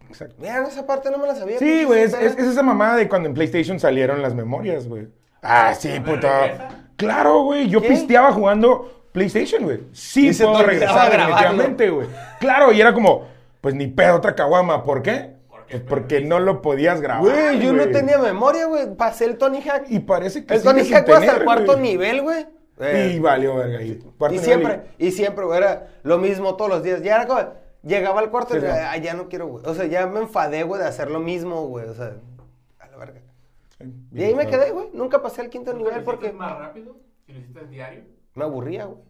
Speaker 2: Exacto.
Speaker 1: Mira, esa parte no me la sabía.
Speaker 2: eh, Sí,
Speaker 1: pinche
Speaker 2: güey, es,
Speaker 1: Santana.
Speaker 2: es- es esa mamada de cuando en PlayStation salieron las memorias, güey. Ah, sí, puto.
Speaker 3: regresa?
Speaker 2: Claro, güey, yo
Speaker 1: ¿Qué?
Speaker 2: pisteaba jugando PlayStation, güey. Sí,
Speaker 1: Y se te
Speaker 2: puedo
Speaker 1: olvidaba
Speaker 2: regresar
Speaker 1: grabarlo.
Speaker 2: definitivamente, güey. Claro, y era como, pues ni pedo otra caguama, ¿por qué? Pues porque no lo podías grabar.
Speaker 1: Güey, yo no
Speaker 2: güey.
Speaker 1: tenía memoria, güey. Pasé el Tony Hack.
Speaker 2: Y parece que
Speaker 1: el
Speaker 2: sigue
Speaker 1: Tony
Speaker 2: sin
Speaker 1: Hack fue hasta
Speaker 2: tener,
Speaker 1: el cuarto
Speaker 2: güey.
Speaker 1: nivel, güey. Eh,
Speaker 2: Y valió, verga. Y, cuarto
Speaker 1: Y
Speaker 2: nivel
Speaker 1: siempre, y siempre, güey, era lo mismo todos los días. Ya era como, llegaba al cuarto y
Speaker 2: Sí, sí.
Speaker 1: decía, "Ay, ya no quiero, güey. O sea, ya me enfadé, güey, de hacer lo mismo, güey. O sea, a la verga. Y ahí me quedé, güey. Nunca pasé al quinto nivel porque
Speaker 3: porque más rápido? Si lo hiciste diario.
Speaker 1: me aburría, güey.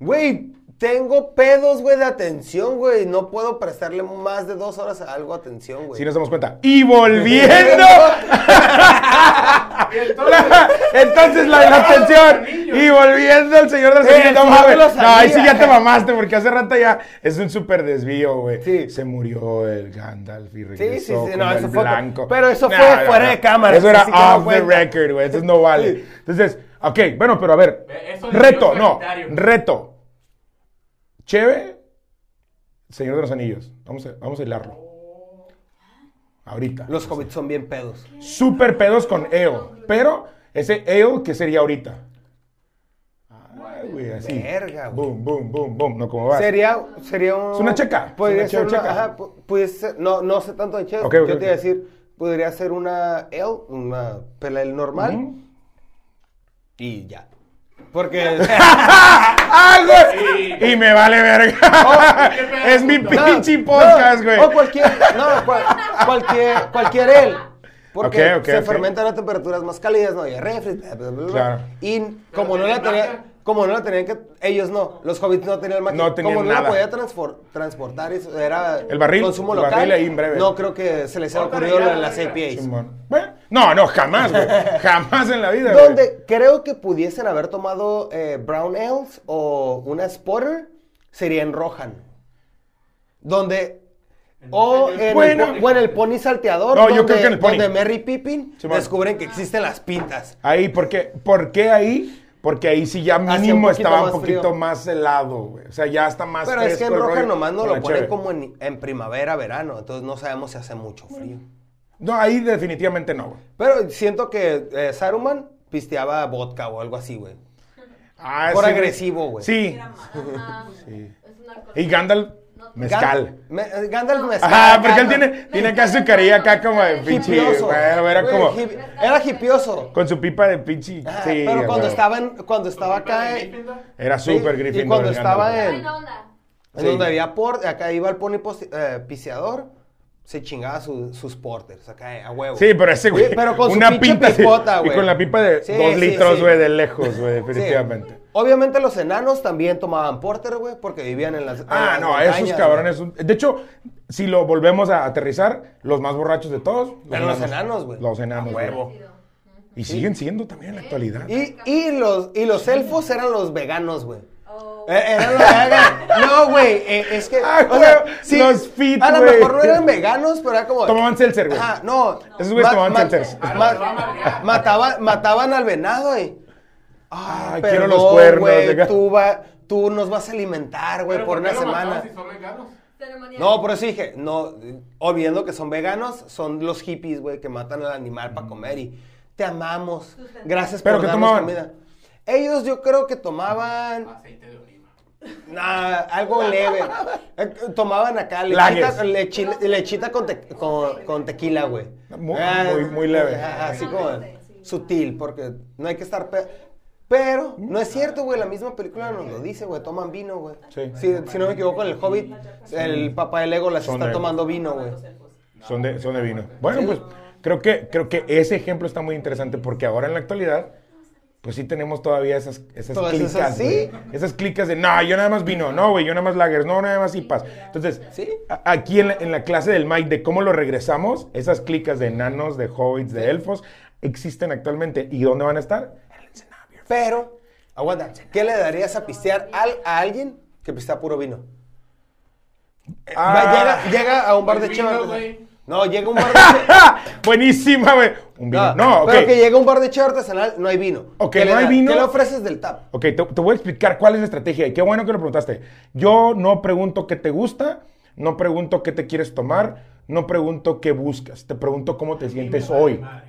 Speaker 1: Güey, tengo pedos, güey, de atención, güey. No puedo prestarle más de dos horas a algo atención, güey.
Speaker 2: Si nos damos cuenta.
Speaker 1: (laughs)
Speaker 2: ¡Y volviendo!
Speaker 1: Ah, (laughs)
Speaker 3: Y entonces.
Speaker 2: (laughs) Entonces la de la atención. Y volviendo al señor del
Speaker 1: Eh,
Speaker 2: señor. No,
Speaker 1: sí,
Speaker 2: mames.
Speaker 1: yo lo sabía.
Speaker 2: No, ahí sí ya te mamaste, porque hace rato ya es un súper desvío, güey.
Speaker 1: Sí.
Speaker 2: Se murió el Gandalf y regresó
Speaker 1: sí, sí, no,
Speaker 2: como
Speaker 1: eso
Speaker 2: el
Speaker 1: fue-
Speaker 2: blanco.
Speaker 1: pero eso fue fuera de cámara,
Speaker 2: Eso era
Speaker 1: así que no
Speaker 2: off the
Speaker 1: cuenta.
Speaker 2: record, güey. Eso no vale. Entonces, ok, bueno, pero a ver.
Speaker 3: Ve, eso es
Speaker 2: Reto,
Speaker 3: Dios
Speaker 2: no.
Speaker 3: sanitario.
Speaker 2: Reto. Cheve, Señor de los Anillos. Vamos a, vamos a hilarlo. Ahorita.
Speaker 1: Los hobbits son bien pedos.
Speaker 2: Super pedos con ale. Pero ese ale que sería ahorita. Ay, güey, así.
Speaker 1: Verga, güey.
Speaker 2: Boom, boom, boom, boom. No, como va.
Speaker 1: Sería, sería un...
Speaker 2: Es una checa,
Speaker 1: Podría
Speaker 2: es
Speaker 1: ser
Speaker 2: una
Speaker 1: una...
Speaker 2: checa, checa.
Speaker 1: Ajá, pu- pudiese ser- no, no sé tanto de checa.
Speaker 2: Ok,
Speaker 1: Yo
Speaker 2: ok,
Speaker 1: te
Speaker 2: ok.
Speaker 1: iba a decir, podría ser una L, una pela L normal.
Speaker 2: Ujú.
Speaker 1: Y ya. Porque...
Speaker 2: (laughs) ¡Ah, güey! Y me vale
Speaker 1: (laughs) Ah,
Speaker 2: verga.
Speaker 3: qué pedo,
Speaker 2: es mi
Speaker 3: puto.
Speaker 1: No,
Speaker 2: pinche
Speaker 1: no,
Speaker 2: podcast, güey.
Speaker 1: O cualquier... No, cual- cualquier, cualquier L. Porque
Speaker 2: Ok, ok,
Speaker 1: se
Speaker 2: ok.
Speaker 1: fermentan a temperaturas más cálidas, no había refri, bla, bla, bla, bla.
Speaker 2: Claro.
Speaker 1: Y como no
Speaker 3: tenía
Speaker 1: la tenían,
Speaker 3: magia.
Speaker 1: como no la tenían que, ellos no, los hobbits no tenían magia,
Speaker 2: No tenían
Speaker 1: como no
Speaker 2: nada.
Speaker 1: la podía transfor- transportar, eso era
Speaker 2: El barril,
Speaker 1: consumo
Speaker 2: el
Speaker 1: local,
Speaker 2: barril ahí en breve.
Speaker 1: no creo que se les haya
Speaker 3: Otra
Speaker 1: ocurrido lo de
Speaker 3: idea,
Speaker 1: las
Speaker 3: otra idea.
Speaker 1: APAs.
Speaker 2: Simón. Bueno, no, no, jamás, güey. Jamás en la vida. güey.
Speaker 1: Donde creo que pudiesen haber tomado eh, Brown Ales o una Spotter sería en Rohan. Donde. O en,
Speaker 2: Bueno.
Speaker 1: el, po- o en el Pony Salteador.
Speaker 2: No, yo
Speaker 1: donde-
Speaker 2: creo que en el Pony.
Speaker 1: Donde Merry Pippin
Speaker 2: Simón.
Speaker 1: descubren que existen las pintas.
Speaker 2: Ahí, ¿por qué? ¿Por qué ahí? Porque ahí sí ya
Speaker 1: Hacía un
Speaker 2: mínimo
Speaker 1: poquito
Speaker 2: estaba un
Speaker 1: más
Speaker 2: poquito
Speaker 1: frío.
Speaker 2: más helado, güey. O sea, ya está más
Speaker 1: Pero es que
Speaker 2: fresco
Speaker 1: en
Speaker 2: el
Speaker 1: Roja
Speaker 2: rollo
Speaker 1: nomás no
Speaker 2: con
Speaker 1: lo
Speaker 2: la
Speaker 1: ponen
Speaker 2: cheve.
Speaker 1: como en, en primavera, verano. Entonces no sabemos si hace mucho frío.
Speaker 2: No, ahí definitivamente no, güey.
Speaker 1: Pero siento que eh, Saruman pisteaba vodka o algo así, güey.
Speaker 2: Ah,
Speaker 1: Por
Speaker 2: sí,
Speaker 1: agresivo, güey.
Speaker 2: Sí.
Speaker 4: Ajá.
Speaker 2: sí.
Speaker 4: Es un alcohol.
Speaker 2: Y Gandalf,
Speaker 4: No.
Speaker 2: mezcal.
Speaker 1: Gan- me- eh, Gandalf mezcal.
Speaker 2: Ajá, porque él
Speaker 1: Gandalf.
Speaker 2: tiene, tiene acá su carilla acá como de pinche,
Speaker 1: Hipioso.
Speaker 2: güey, era
Speaker 1: Güey,
Speaker 2: como,
Speaker 1: hip- era hipioso.
Speaker 2: con su pipa de pinche,
Speaker 1: Ah,
Speaker 2: sí,
Speaker 1: pero cuando
Speaker 2: güey.
Speaker 1: estaba, en- cuando estaba acá. eh,
Speaker 3: Gryffindor?
Speaker 2: Era
Speaker 1: Sí,
Speaker 2: súper
Speaker 1: y
Speaker 2: Gryffindor
Speaker 1: cuando
Speaker 2: el
Speaker 1: estaba
Speaker 2: Gandalf.
Speaker 1: en-
Speaker 4: Ay, no, onda.
Speaker 1: En
Speaker 2: Sí.
Speaker 1: donde había port, acá iba el pony poste- eh, piseador, se chingaba su- sus porters, acá eh, a huevo.
Speaker 2: Sí, pero ese güey.
Speaker 1: Sí, pero con su
Speaker 2: una
Speaker 1: pinche
Speaker 2: pinta de-
Speaker 1: pipota,
Speaker 2: Y
Speaker 1: güey.
Speaker 2: con la pipa de
Speaker 1: Sí,
Speaker 2: dos
Speaker 1: sí,
Speaker 2: litros,
Speaker 1: sí.
Speaker 2: güey, de lejos, güey,
Speaker 1: Sí.
Speaker 2: definitivamente.
Speaker 1: Obviamente los enanos también tomaban porter, güey, porque vivían en las. en
Speaker 2: Ah,
Speaker 1: las
Speaker 2: no,
Speaker 1: montañas,
Speaker 2: esos
Speaker 1: güey.
Speaker 2: cabrones. son- De hecho, si lo volvemos a aterrizar, los más borrachos de todos.
Speaker 1: Eran los enanos, güey.
Speaker 2: Los enanos,
Speaker 1: A
Speaker 2: güey.
Speaker 1: huevo.
Speaker 2: Y siguen siendo también en la actualidad.
Speaker 1: Y, y los, y los elfos eran los veganos, güey.
Speaker 4: Oh.
Speaker 1: Eh, eran los veganos. No, güey, eh, es que.
Speaker 2: Ah,
Speaker 1: o sea,
Speaker 2: güey,
Speaker 1: sí,
Speaker 2: los fit,
Speaker 1: A lo
Speaker 2: güey.
Speaker 1: mejor no eran veganos, pero era como.
Speaker 2: Tomaban seltzer, güey.
Speaker 1: Ajá, no.
Speaker 2: Esos güeyes
Speaker 1: Ma-
Speaker 2: tomaban
Speaker 1: ma-
Speaker 2: seltzers.
Speaker 4: Ah,
Speaker 1: ma- mataban, mataban al venado, güey.
Speaker 2: Ay,
Speaker 1: Ay,
Speaker 2: quiero
Speaker 1: perdón,
Speaker 2: los cuernos,
Speaker 1: güey,
Speaker 2: de-
Speaker 1: tú, va- tú nos vas a alimentar, güey,
Speaker 3: ¿Pero
Speaker 1: por
Speaker 3: qué
Speaker 1: una
Speaker 3: lo mataron
Speaker 1: semana.
Speaker 3: si son veganos?
Speaker 4: Ceremonial.
Speaker 1: No, por eso dije, no, eh, olvidando que son veganos, son los hippies, güey, que matan al animal para comer y te amamos. Gracias
Speaker 2: Mm. ¿Pero
Speaker 1: por
Speaker 2: qué
Speaker 1: darnos
Speaker 2: tomaban?
Speaker 1: comida. Ellos yo creo que tomaban
Speaker 3: Aceite de oliva.
Speaker 1: nah, algo leve. Eh, Tomaban acá
Speaker 2: Lages.
Speaker 1: lechita, lechi- lechita con, te- con- con tequila, güey.
Speaker 2: Muy-
Speaker 1: Ah,
Speaker 2: muy- muy leve.
Speaker 1: ajá, Así como sutil, porque no hay que estar... pe- pero no es cierto, güey, la misma película nos lo dice, güey, toman vino, güey.
Speaker 2: Sí.
Speaker 1: Si, si no me equivoco, en el Hobbit, el papá de Lego las
Speaker 2: Son
Speaker 1: está
Speaker 2: de-
Speaker 1: tomando vino, güey.
Speaker 2: Son de, son de vino. Bueno, pues creo que, creo que ese ejemplo está muy interesante porque ahora en la actualidad, pues sí tenemos todavía esas, esas
Speaker 1: Todas
Speaker 2: clicas.
Speaker 1: esas,
Speaker 2: güey.
Speaker 1: ¿sí?
Speaker 2: Esas clicas de, no, yo nada más vino, no, güey, yo nada más lagers, no, nada más IPAs. Entonces,
Speaker 1: ¿Sí?
Speaker 2: a- aquí en la, en la clase del Mike de cómo lo regresamos, esas clicas de enanos, de hobbits, de elfos, existen actualmente. ¿Y dónde van a estar?
Speaker 1: Pero, aguanta, ¿qué le darías a pistear al- a alguien que pistea puro vino? Va,
Speaker 2: Ah,
Speaker 1: llega, llega a un bar de
Speaker 3: Pues
Speaker 1: cheva.
Speaker 3: vino, güey.
Speaker 1: No, llega a un bar de cheva.
Speaker 2: Ah, (laughs) Buenísima, güey. Un vino. No, ok.
Speaker 1: Ah, Pero que llega a un bar de cheva artesanal, no hay vino.
Speaker 2: Ok,
Speaker 1: ¿Qué le
Speaker 2: no hay
Speaker 1: da-
Speaker 2: vino.
Speaker 1: ¿Qué le ofreces del tap?
Speaker 2: Ok, te, te voy a explicar cuál es la estrategia y qué bueno que lo preguntaste. Yo no pregunto qué te gusta, no pregunto qué te quieres tomar, no pregunto qué buscas, te pregunto cómo te
Speaker 1: pues
Speaker 2: sientes hoy.
Speaker 3: madre.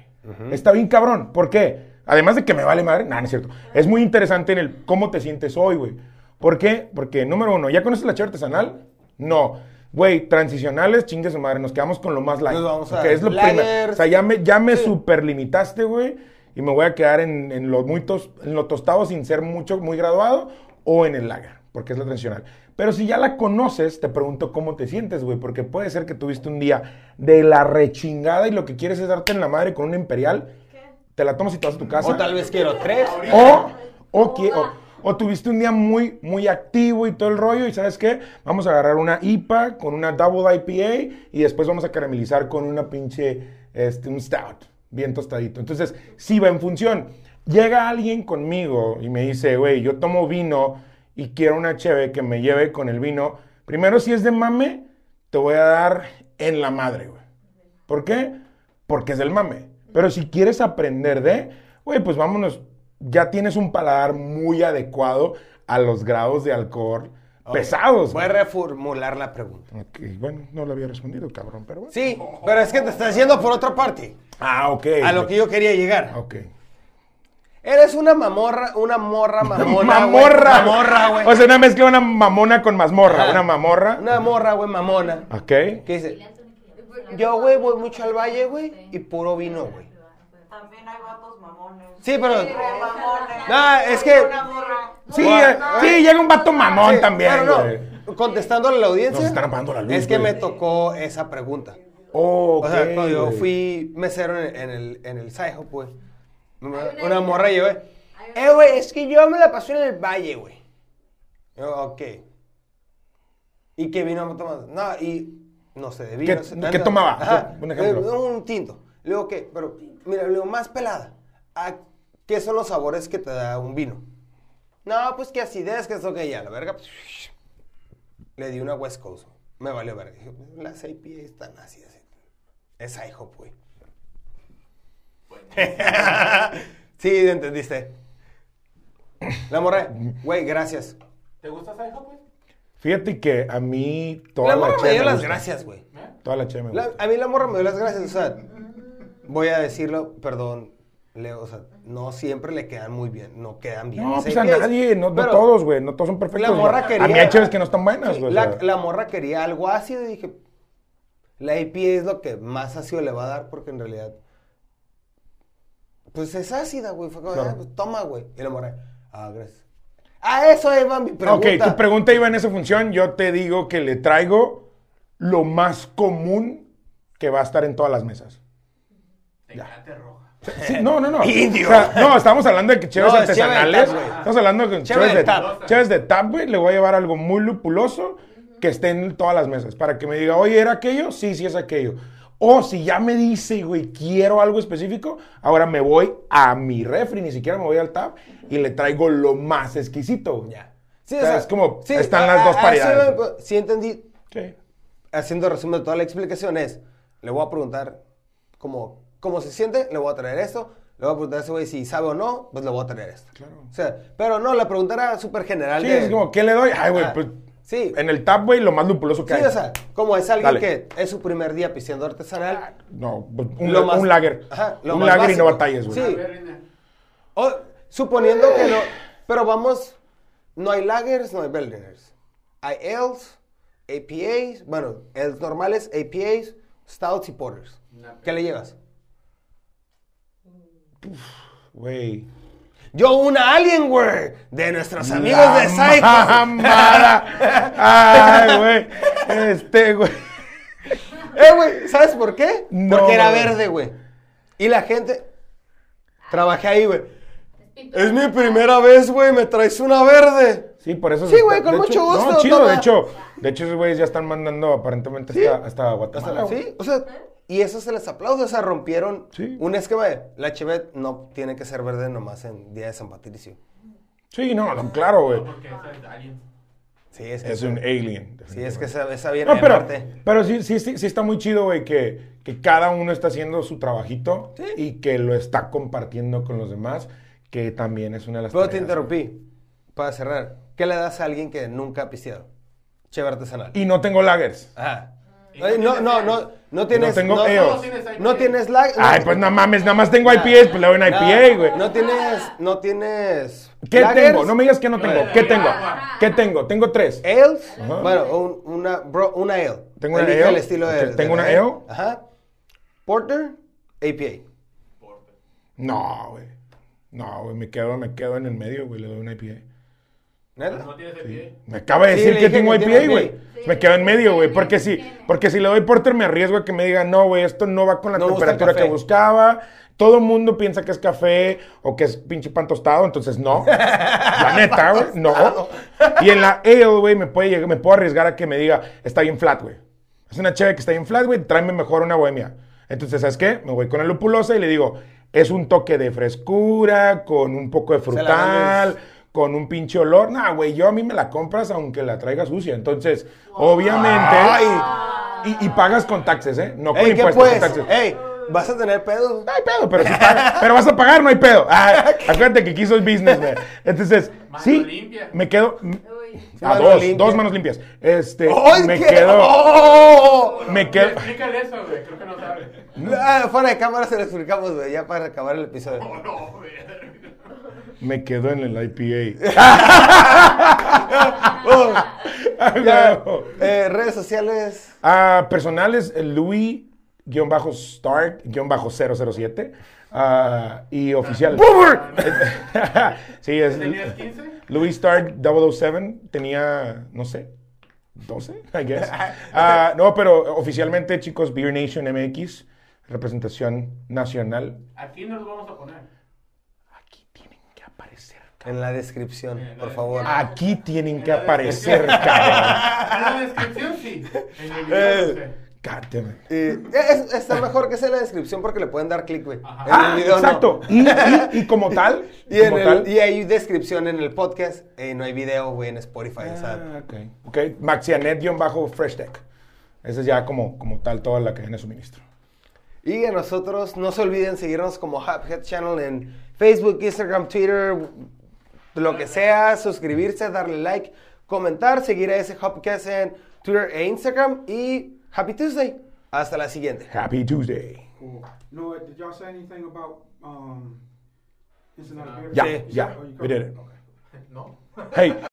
Speaker 2: Está bien cabrón, ¿por qué? Además de que me vale madre, nada, no es cierto. Es muy interesante en el cómo te sientes hoy, güey. ¿Por qué? Porque, número uno, ¿ya conoces la chave artesanal? No. Güey, transicionales, chingue su madre, nos quedamos con lo más light.
Speaker 1: Nos vamos a
Speaker 2: Ok, es lo
Speaker 1: lagers.
Speaker 2: primero. O sea, ya me, ya me superlimitaste, güey. Y me voy a quedar en, en lo muy tos- en lo tostado sin ser mucho, muy graduado. O en el lager, porque es la tradicional. Pero si ya la conoces, te pregunto cómo te sientes, güey. Porque puede ser que tuviste un día de la rechingada y lo que quieres es darte en la madre con un imperial. Te la tomas y te vas a tu casa.
Speaker 1: O tal vez quiero tres.
Speaker 2: O, o, que- o- o tuviste un día muy, muy activo y todo el rollo y ¿sabes qué? Vamos a agarrar una IPA con una Double IPA y después vamos a caramelizar con una pinche, este, un stout bien tostadito. Entonces, sí va en función. Llega alguien conmigo y me dice, güey, yo tomo vino y quiero una cheve que me lleve con el vino. Primero, si es de mame, te voy a dar en la madre, güey. ¿Por qué? Porque es del mame. Pero si quieres aprender de, güey, pues vámonos. Ya tienes un paladar muy adecuado a los grados de alcohol pesados.
Speaker 1: Voy a reformular la pregunta.
Speaker 2: Ok, bueno, no lo había respondido, cabrón, pero bueno.
Speaker 1: Sí, pero es que te estás yendo por otra parte.
Speaker 2: Ah, ok.
Speaker 1: A lo que yo quería llegar.
Speaker 2: Ok.
Speaker 1: Eres una mamorra, una
Speaker 2: (laughs)
Speaker 1: morra mamona. güey.
Speaker 2: mamorra.
Speaker 1: Mamorra, güey.
Speaker 2: O sea, una mezcla de una mamona con mazmorra.
Speaker 1: Ajá.
Speaker 2: Una mamorra.
Speaker 1: Una morra, güey, mamona.
Speaker 2: Ok.
Speaker 1: ¿Qué dice? Yo, güey, voy mucho al valle, güey, y puro vino, güey.
Speaker 6: También hay vatos mamones.
Speaker 1: Sí, pero.
Speaker 6: Re mamones.
Speaker 1: Nah, es que-
Speaker 6: Una morra.
Speaker 2: Sí,
Speaker 1: Bueno,
Speaker 2: eh, sí, llega un vato mamón
Speaker 1: Sí,
Speaker 2: también,
Speaker 1: pero
Speaker 2: güey.
Speaker 1: no, contestándole a la audiencia.
Speaker 2: Nos están apagando la luz,
Speaker 1: Es que
Speaker 2: güey.
Speaker 1: me tocó esa pregunta.
Speaker 2: Ok,
Speaker 1: o sea, cuando yo
Speaker 2: güey.
Speaker 1: fui mesero en, en el, en el Saijo, pues. Una,
Speaker 4: una
Speaker 1: una
Speaker 4: lista.
Speaker 1: morra llegó, eh.
Speaker 4: Hay una-
Speaker 1: Eh, güey, es que yo me la pasé en el valle, güey. Yo, ok. ¿Y qué vino a tomar? No, y no sé, de vino.
Speaker 2: ¿Qué-
Speaker 1: se-
Speaker 2: qué
Speaker 1: tanto-
Speaker 2: tomaba?
Speaker 1: Ajá,
Speaker 2: Un ejemplo.
Speaker 1: eh, un tinto. Le digo, ¿qué? Pero, mira, le digo, más pelada. ¿A ¿Qué son los sabores que te da un vino? No, pues que acidez, que eso que ya, la verga. Le di una West Coast. Me valió verga. Dije, "Pues, las IPA están ácidas. Esa hijo, (laughs) pues. sí, entendiste. La morra, güey, gracias.
Speaker 3: ¿Te gusta Saiha, pues?
Speaker 2: Fíjate que a mí toda
Speaker 1: La
Speaker 2: la,
Speaker 1: morra
Speaker 2: che
Speaker 1: me dio
Speaker 2: me
Speaker 1: las
Speaker 2: gusta.
Speaker 1: gracias, güey.
Speaker 3: ¿Eh?
Speaker 2: Toda la che me
Speaker 1: La-
Speaker 2: gusta.
Speaker 1: a mí la morra me dio las gracias, o sea, voy a decirlo, perdón, Leo, o sea, no siempre le quedan muy bien, no quedan bien.
Speaker 2: No,
Speaker 1: Sé
Speaker 2: pues a
Speaker 1: que es-
Speaker 2: nadie, no, no
Speaker 1: pero
Speaker 2: todos, güey, no todos son perfectos.
Speaker 1: La morra
Speaker 2: güey.
Speaker 1: quería...
Speaker 2: A mí hay chéves que no están buenas,
Speaker 1: Sí,
Speaker 2: güey. o
Speaker 1: la,
Speaker 2: sea.
Speaker 1: la morra quería algo ácido y dije, la IPA es lo que más ácido le va a dar porque en realidad, pues es ácida, güey. Fue como,
Speaker 2: Claro.
Speaker 1: "Ah, pues, toma, güey. Y la morra, ah, gracias. A eso iba mi pregunta.
Speaker 2: Ah, Ok, tu pregunta iba en esa función. Yo te digo que le traigo lo más común que va a estar en todas las mesas.
Speaker 3: Tecate roja.
Speaker 2: Sí, no,
Speaker 1: (laughs)
Speaker 2: no, no.
Speaker 1: Indio.
Speaker 2: O sea, no, estamos hablando de que cheves
Speaker 1: No, es cheve de
Speaker 2: artesanales.
Speaker 1: tap, güey.
Speaker 2: estamos hablando de que
Speaker 1: Cheve
Speaker 2: cheves
Speaker 1: de
Speaker 2: de
Speaker 1: tap.
Speaker 2: tap. Cheves de tap, güey. Le voy a llevar algo muy lupuloso que esté en todas las mesas. Para que me diga, oye, ¿era aquello? Sí, sí, es aquello. O si ya me dice, güey, quiero algo específico, ahora me voy a mi refri, ni siquiera me voy al tap y le traigo lo más exquisito. güey.
Speaker 1: Ya. Sí,
Speaker 2: O sea, es como, están las dos
Speaker 1: a- a-
Speaker 2: paridades.
Speaker 1: eso iba, pues, sí entendí,
Speaker 2: Sí.
Speaker 1: haciendo resumen de toda la explicación es, le voy a preguntar cómo, cómo se siente, le voy a traer esto, le voy a preguntar a ese güey si sabe o no, pues le voy a traer esto.
Speaker 2: Claro.
Speaker 1: O sea, pero no, la pregunta era súper general.
Speaker 2: Sí,
Speaker 1: de-
Speaker 2: es como, ¿qué le doy? Ay, güey,
Speaker 1: Ah,
Speaker 2: pues.
Speaker 1: sí.
Speaker 2: En el tap, güey, lo más lupuloso que
Speaker 1: Sí,
Speaker 2: hay.
Speaker 1: o sea, como es alguien
Speaker 2: Dale.
Speaker 1: que es su primer día pisteando artesanal.
Speaker 2: no, pues, un,
Speaker 1: lo más-
Speaker 2: un lager.
Speaker 1: Ajá, lo
Speaker 2: un
Speaker 1: más
Speaker 2: lager y
Speaker 1: básico.
Speaker 2: no batallas, güey.
Speaker 1: Sí.
Speaker 3: A ver, Reina.
Speaker 1: o- suponiendo que no. Pero vamos, no hay lagers, no hay Berliners. Hay ales, APAs, bueno, ales normales, APAs, stouts y porters.
Speaker 3: Una
Speaker 1: ¿Qué le llevas?
Speaker 2: Güey.
Speaker 1: Yo una Alienware de nuestros amigos
Speaker 2: La
Speaker 1: de Psycho. (laughs)
Speaker 2: mamada. Ay, güey. Este, güey.
Speaker 1: Eh, güey, ¿sabes por qué?
Speaker 2: No,
Speaker 1: Porque era
Speaker 2: güey.
Speaker 1: verde, güey. Y la gente... Trabajé ahí, güey. Es mi primera vez, güey, me traes una verde.
Speaker 2: Sí, por eso.
Speaker 1: Sí,
Speaker 2: se
Speaker 1: güey,
Speaker 2: está-
Speaker 1: con
Speaker 2: de hecho-
Speaker 1: mucho gusto,
Speaker 2: No, chido,
Speaker 1: toma.
Speaker 2: de hecho. De hecho, esos güeyes ya están mandando aparentemente hasta, hasta Guatemala. güey.
Speaker 1: Sí, o sea, y eso se les aplaude, o sea, rompieron
Speaker 2: Sí.
Speaker 1: un esquema de la Chevet no tiene que ser verde nomás en Día de San Patricio.
Speaker 2: Sí, no, no, claro, güey.
Speaker 3: Porque esa es alguien.
Speaker 1: Sí, es que,
Speaker 2: Es un alien.
Speaker 1: sí, es
Speaker 2: definitivamente.
Speaker 1: que esa, esa viene
Speaker 2: No,
Speaker 1: de
Speaker 2: pero,
Speaker 1: Marte.
Speaker 2: pero sí, sí, sí, sí está muy chido, güey, que, que cada uno está haciendo su trabajito
Speaker 1: Sí.
Speaker 2: y que lo está compartiendo con los demás, que también es una de las
Speaker 1: Pero te
Speaker 2: tareas,
Speaker 1: interrumpí, para cerrar, ¿qué le das a alguien que nunca ha pisteado? Cheve artesanal.
Speaker 2: güey. Y no tengo lagers.
Speaker 1: Ajá.
Speaker 3: Y
Speaker 1: Ay, No,
Speaker 3: tienes
Speaker 1: no,
Speaker 3: ales.
Speaker 1: no, no tienes...
Speaker 2: tengo
Speaker 1: no,
Speaker 2: eos.
Speaker 1: No tienes lag... no-
Speaker 2: Ay, pues no mames, nada más tengo IPAs, pues le doy una IPA, güey.
Speaker 1: No tienes, no tienes...
Speaker 2: ¿Qué
Speaker 1: lagers,
Speaker 2: tengo? Eh. No me digas que no tengo. ¿Qué tengo? ¿Qué tengo? Tengo tres.
Speaker 1: Ales,
Speaker 2: Ajá.
Speaker 1: bueno, un- una, bro, una ale.
Speaker 2: Tengo una
Speaker 1: Elige
Speaker 2: ale,
Speaker 1: el estilo de,
Speaker 2: ok, tengo
Speaker 1: de la
Speaker 2: una ale.
Speaker 1: Ajá. Porter, APA.
Speaker 2: No, güey. No, güey, me quedo, me quedo en el medio, güey, le doy una IPA.
Speaker 1: ¿Neta?
Speaker 3: No tienes el pie.
Speaker 2: Me acaba de
Speaker 1: Sí,
Speaker 2: decir
Speaker 1: le
Speaker 2: que
Speaker 1: dije
Speaker 2: tengo
Speaker 1: que tiene
Speaker 2: IPA, güey.
Speaker 1: IPA.
Speaker 2: Me quedo en medio, güey.
Speaker 6: Sí,
Speaker 2: Porque
Speaker 6: sí,
Speaker 2: si,
Speaker 6: tiene.
Speaker 2: porque si le doy porter me arriesgo a que me digan, no, güey, esto no va con la
Speaker 1: No gusta el
Speaker 2: temperatura que
Speaker 1: café".
Speaker 2: buscaba. Todo el mundo piensa que es café o que es pinche pan tostado, entonces (laughs) no. La neta, güey, no. Y en la ale, güey, me, puede llegar- me puedo arriesgar a que me diga, está bien flat, güey. Es una chévere que está bien flat, güey, tráeme mejor una bohemia. Entonces, ¿sabes qué? Me voy con el lupulosa y le digo, es un toque de frescura, con un poco de
Speaker 1: la mandas.
Speaker 2: frutal con un pinche olor. Nah, güey, yo a mí me la compras aunque la traiga sucia. Entonces, obviamente. Y, y pagas con taxes, ¿eh? No con
Speaker 1: Ey, ¿qué
Speaker 2: impuestos, con
Speaker 1: pues?
Speaker 2: taxes.
Speaker 1: Ey, vas a tener pedos.
Speaker 2: No hay pedo, pero, sí pagas. pero vas a pagar, no hay pedo.
Speaker 1: (laughs)
Speaker 2: Ah, acuérdate que quiso el business, güey. Entonces,
Speaker 3: Mano
Speaker 2: sí,
Speaker 3: limpia.
Speaker 2: me quedo. A
Speaker 1: Mano
Speaker 2: dos,
Speaker 1: limpia.
Speaker 2: dos manos limpias. Este,
Speaker 1: ¡Ay,
Speaker 2: me
Speaker 1: qué-
Speaker 2: quedo.
Speaker 1: ¡Oh!
Speaker 2: Me quedo.
Speaker 3: Explícale eso, güey. Creo que no sabe.
Speaker 1: Ah, fuera de cámara se lo explicamos, güey, ya para acabar el episodio.
Speaker 2: (laughs)
Speaker 3: No, no, güey.
Speaker 2: Me quedo en el IPA. (laughs)
Speaker 1: Oh,
Speaker 2: Ah,
Speaker 1: (laughs) ya,
Speaker 2: huevo.
Speaker 1: eh, redes sociales.
Speaker 2: Ah, personales, Louis-Stark-007. Ah,
Speaker 1: (laughs)
Speaker 2: y oficial. (laughs) sí, es
Speaker 3: ¿Tenías 15?
Speaker 2: Louis Stark 007. Tenía, no sé, 12, I
Speaker 1: (laughs)
Speaker 2: guess. Ah, no, pero oficialmente, chicos, Beer Nation MX, representación nacional.
Speaker 3: Aquí nos vamos a poner.
Speaker 2: Aquí tienen que aparecer.
Speaker 1: En la descripción, por favor.
Speaker 2: Aquí tienen que aparecer,
Speaker 1: Ah,
Speaker 2: cabrón.
Speaker 3: En la descripción sí. En el video no
Speaker 1: Eh.
Speaker 3: sé.
Speaker 2: God damn it.
Speaker 1: Eh, es- está mejor que sea en la descripción porque le pueden dar clic, güey.
Speaker 3: Ajá.
Speaker 1: En el
Speaker 2: Ah,
Speaker 1: video no.
Speaker 2: exacto. Y, y- y como tal,
Speaker 1: (laughs) Y, en
Speaker 2: como
Speaker 1: el-
Speaker 2: tal-
Speaker 1: y hay descripción en el podcast. eh, no hay video, güey, en Spotify. o sea,
Speaker 2: Ah, ok. Ok, Maxianet-Fresh Tech. Esa es ya como, como tal toda la cadena de suministro.
Speaker 1: Y a nosotros, no se olviden seguirnos como Hophead Channel en Facebook, Instagram, Twitter, lo que sea, suscribirse, darle like, comentar, seguir a ese Hopcast en Twitter e Instagram y Happy Tuesday. Hasta la siguiente.
Speaker 2: Happy Tuesday.
Speaker 7: Cool. Noah, did y'all say anything about um, Cincinnati Bears?
Speaker 2: Yeah,
Speaker 1: Yeah.
Speaker 2: yeah,
Speaker 7: Oh, you
Speaker 2: we did it.
Speaker 7: covered
Speaker 3: No.
Speaker 2: Hey,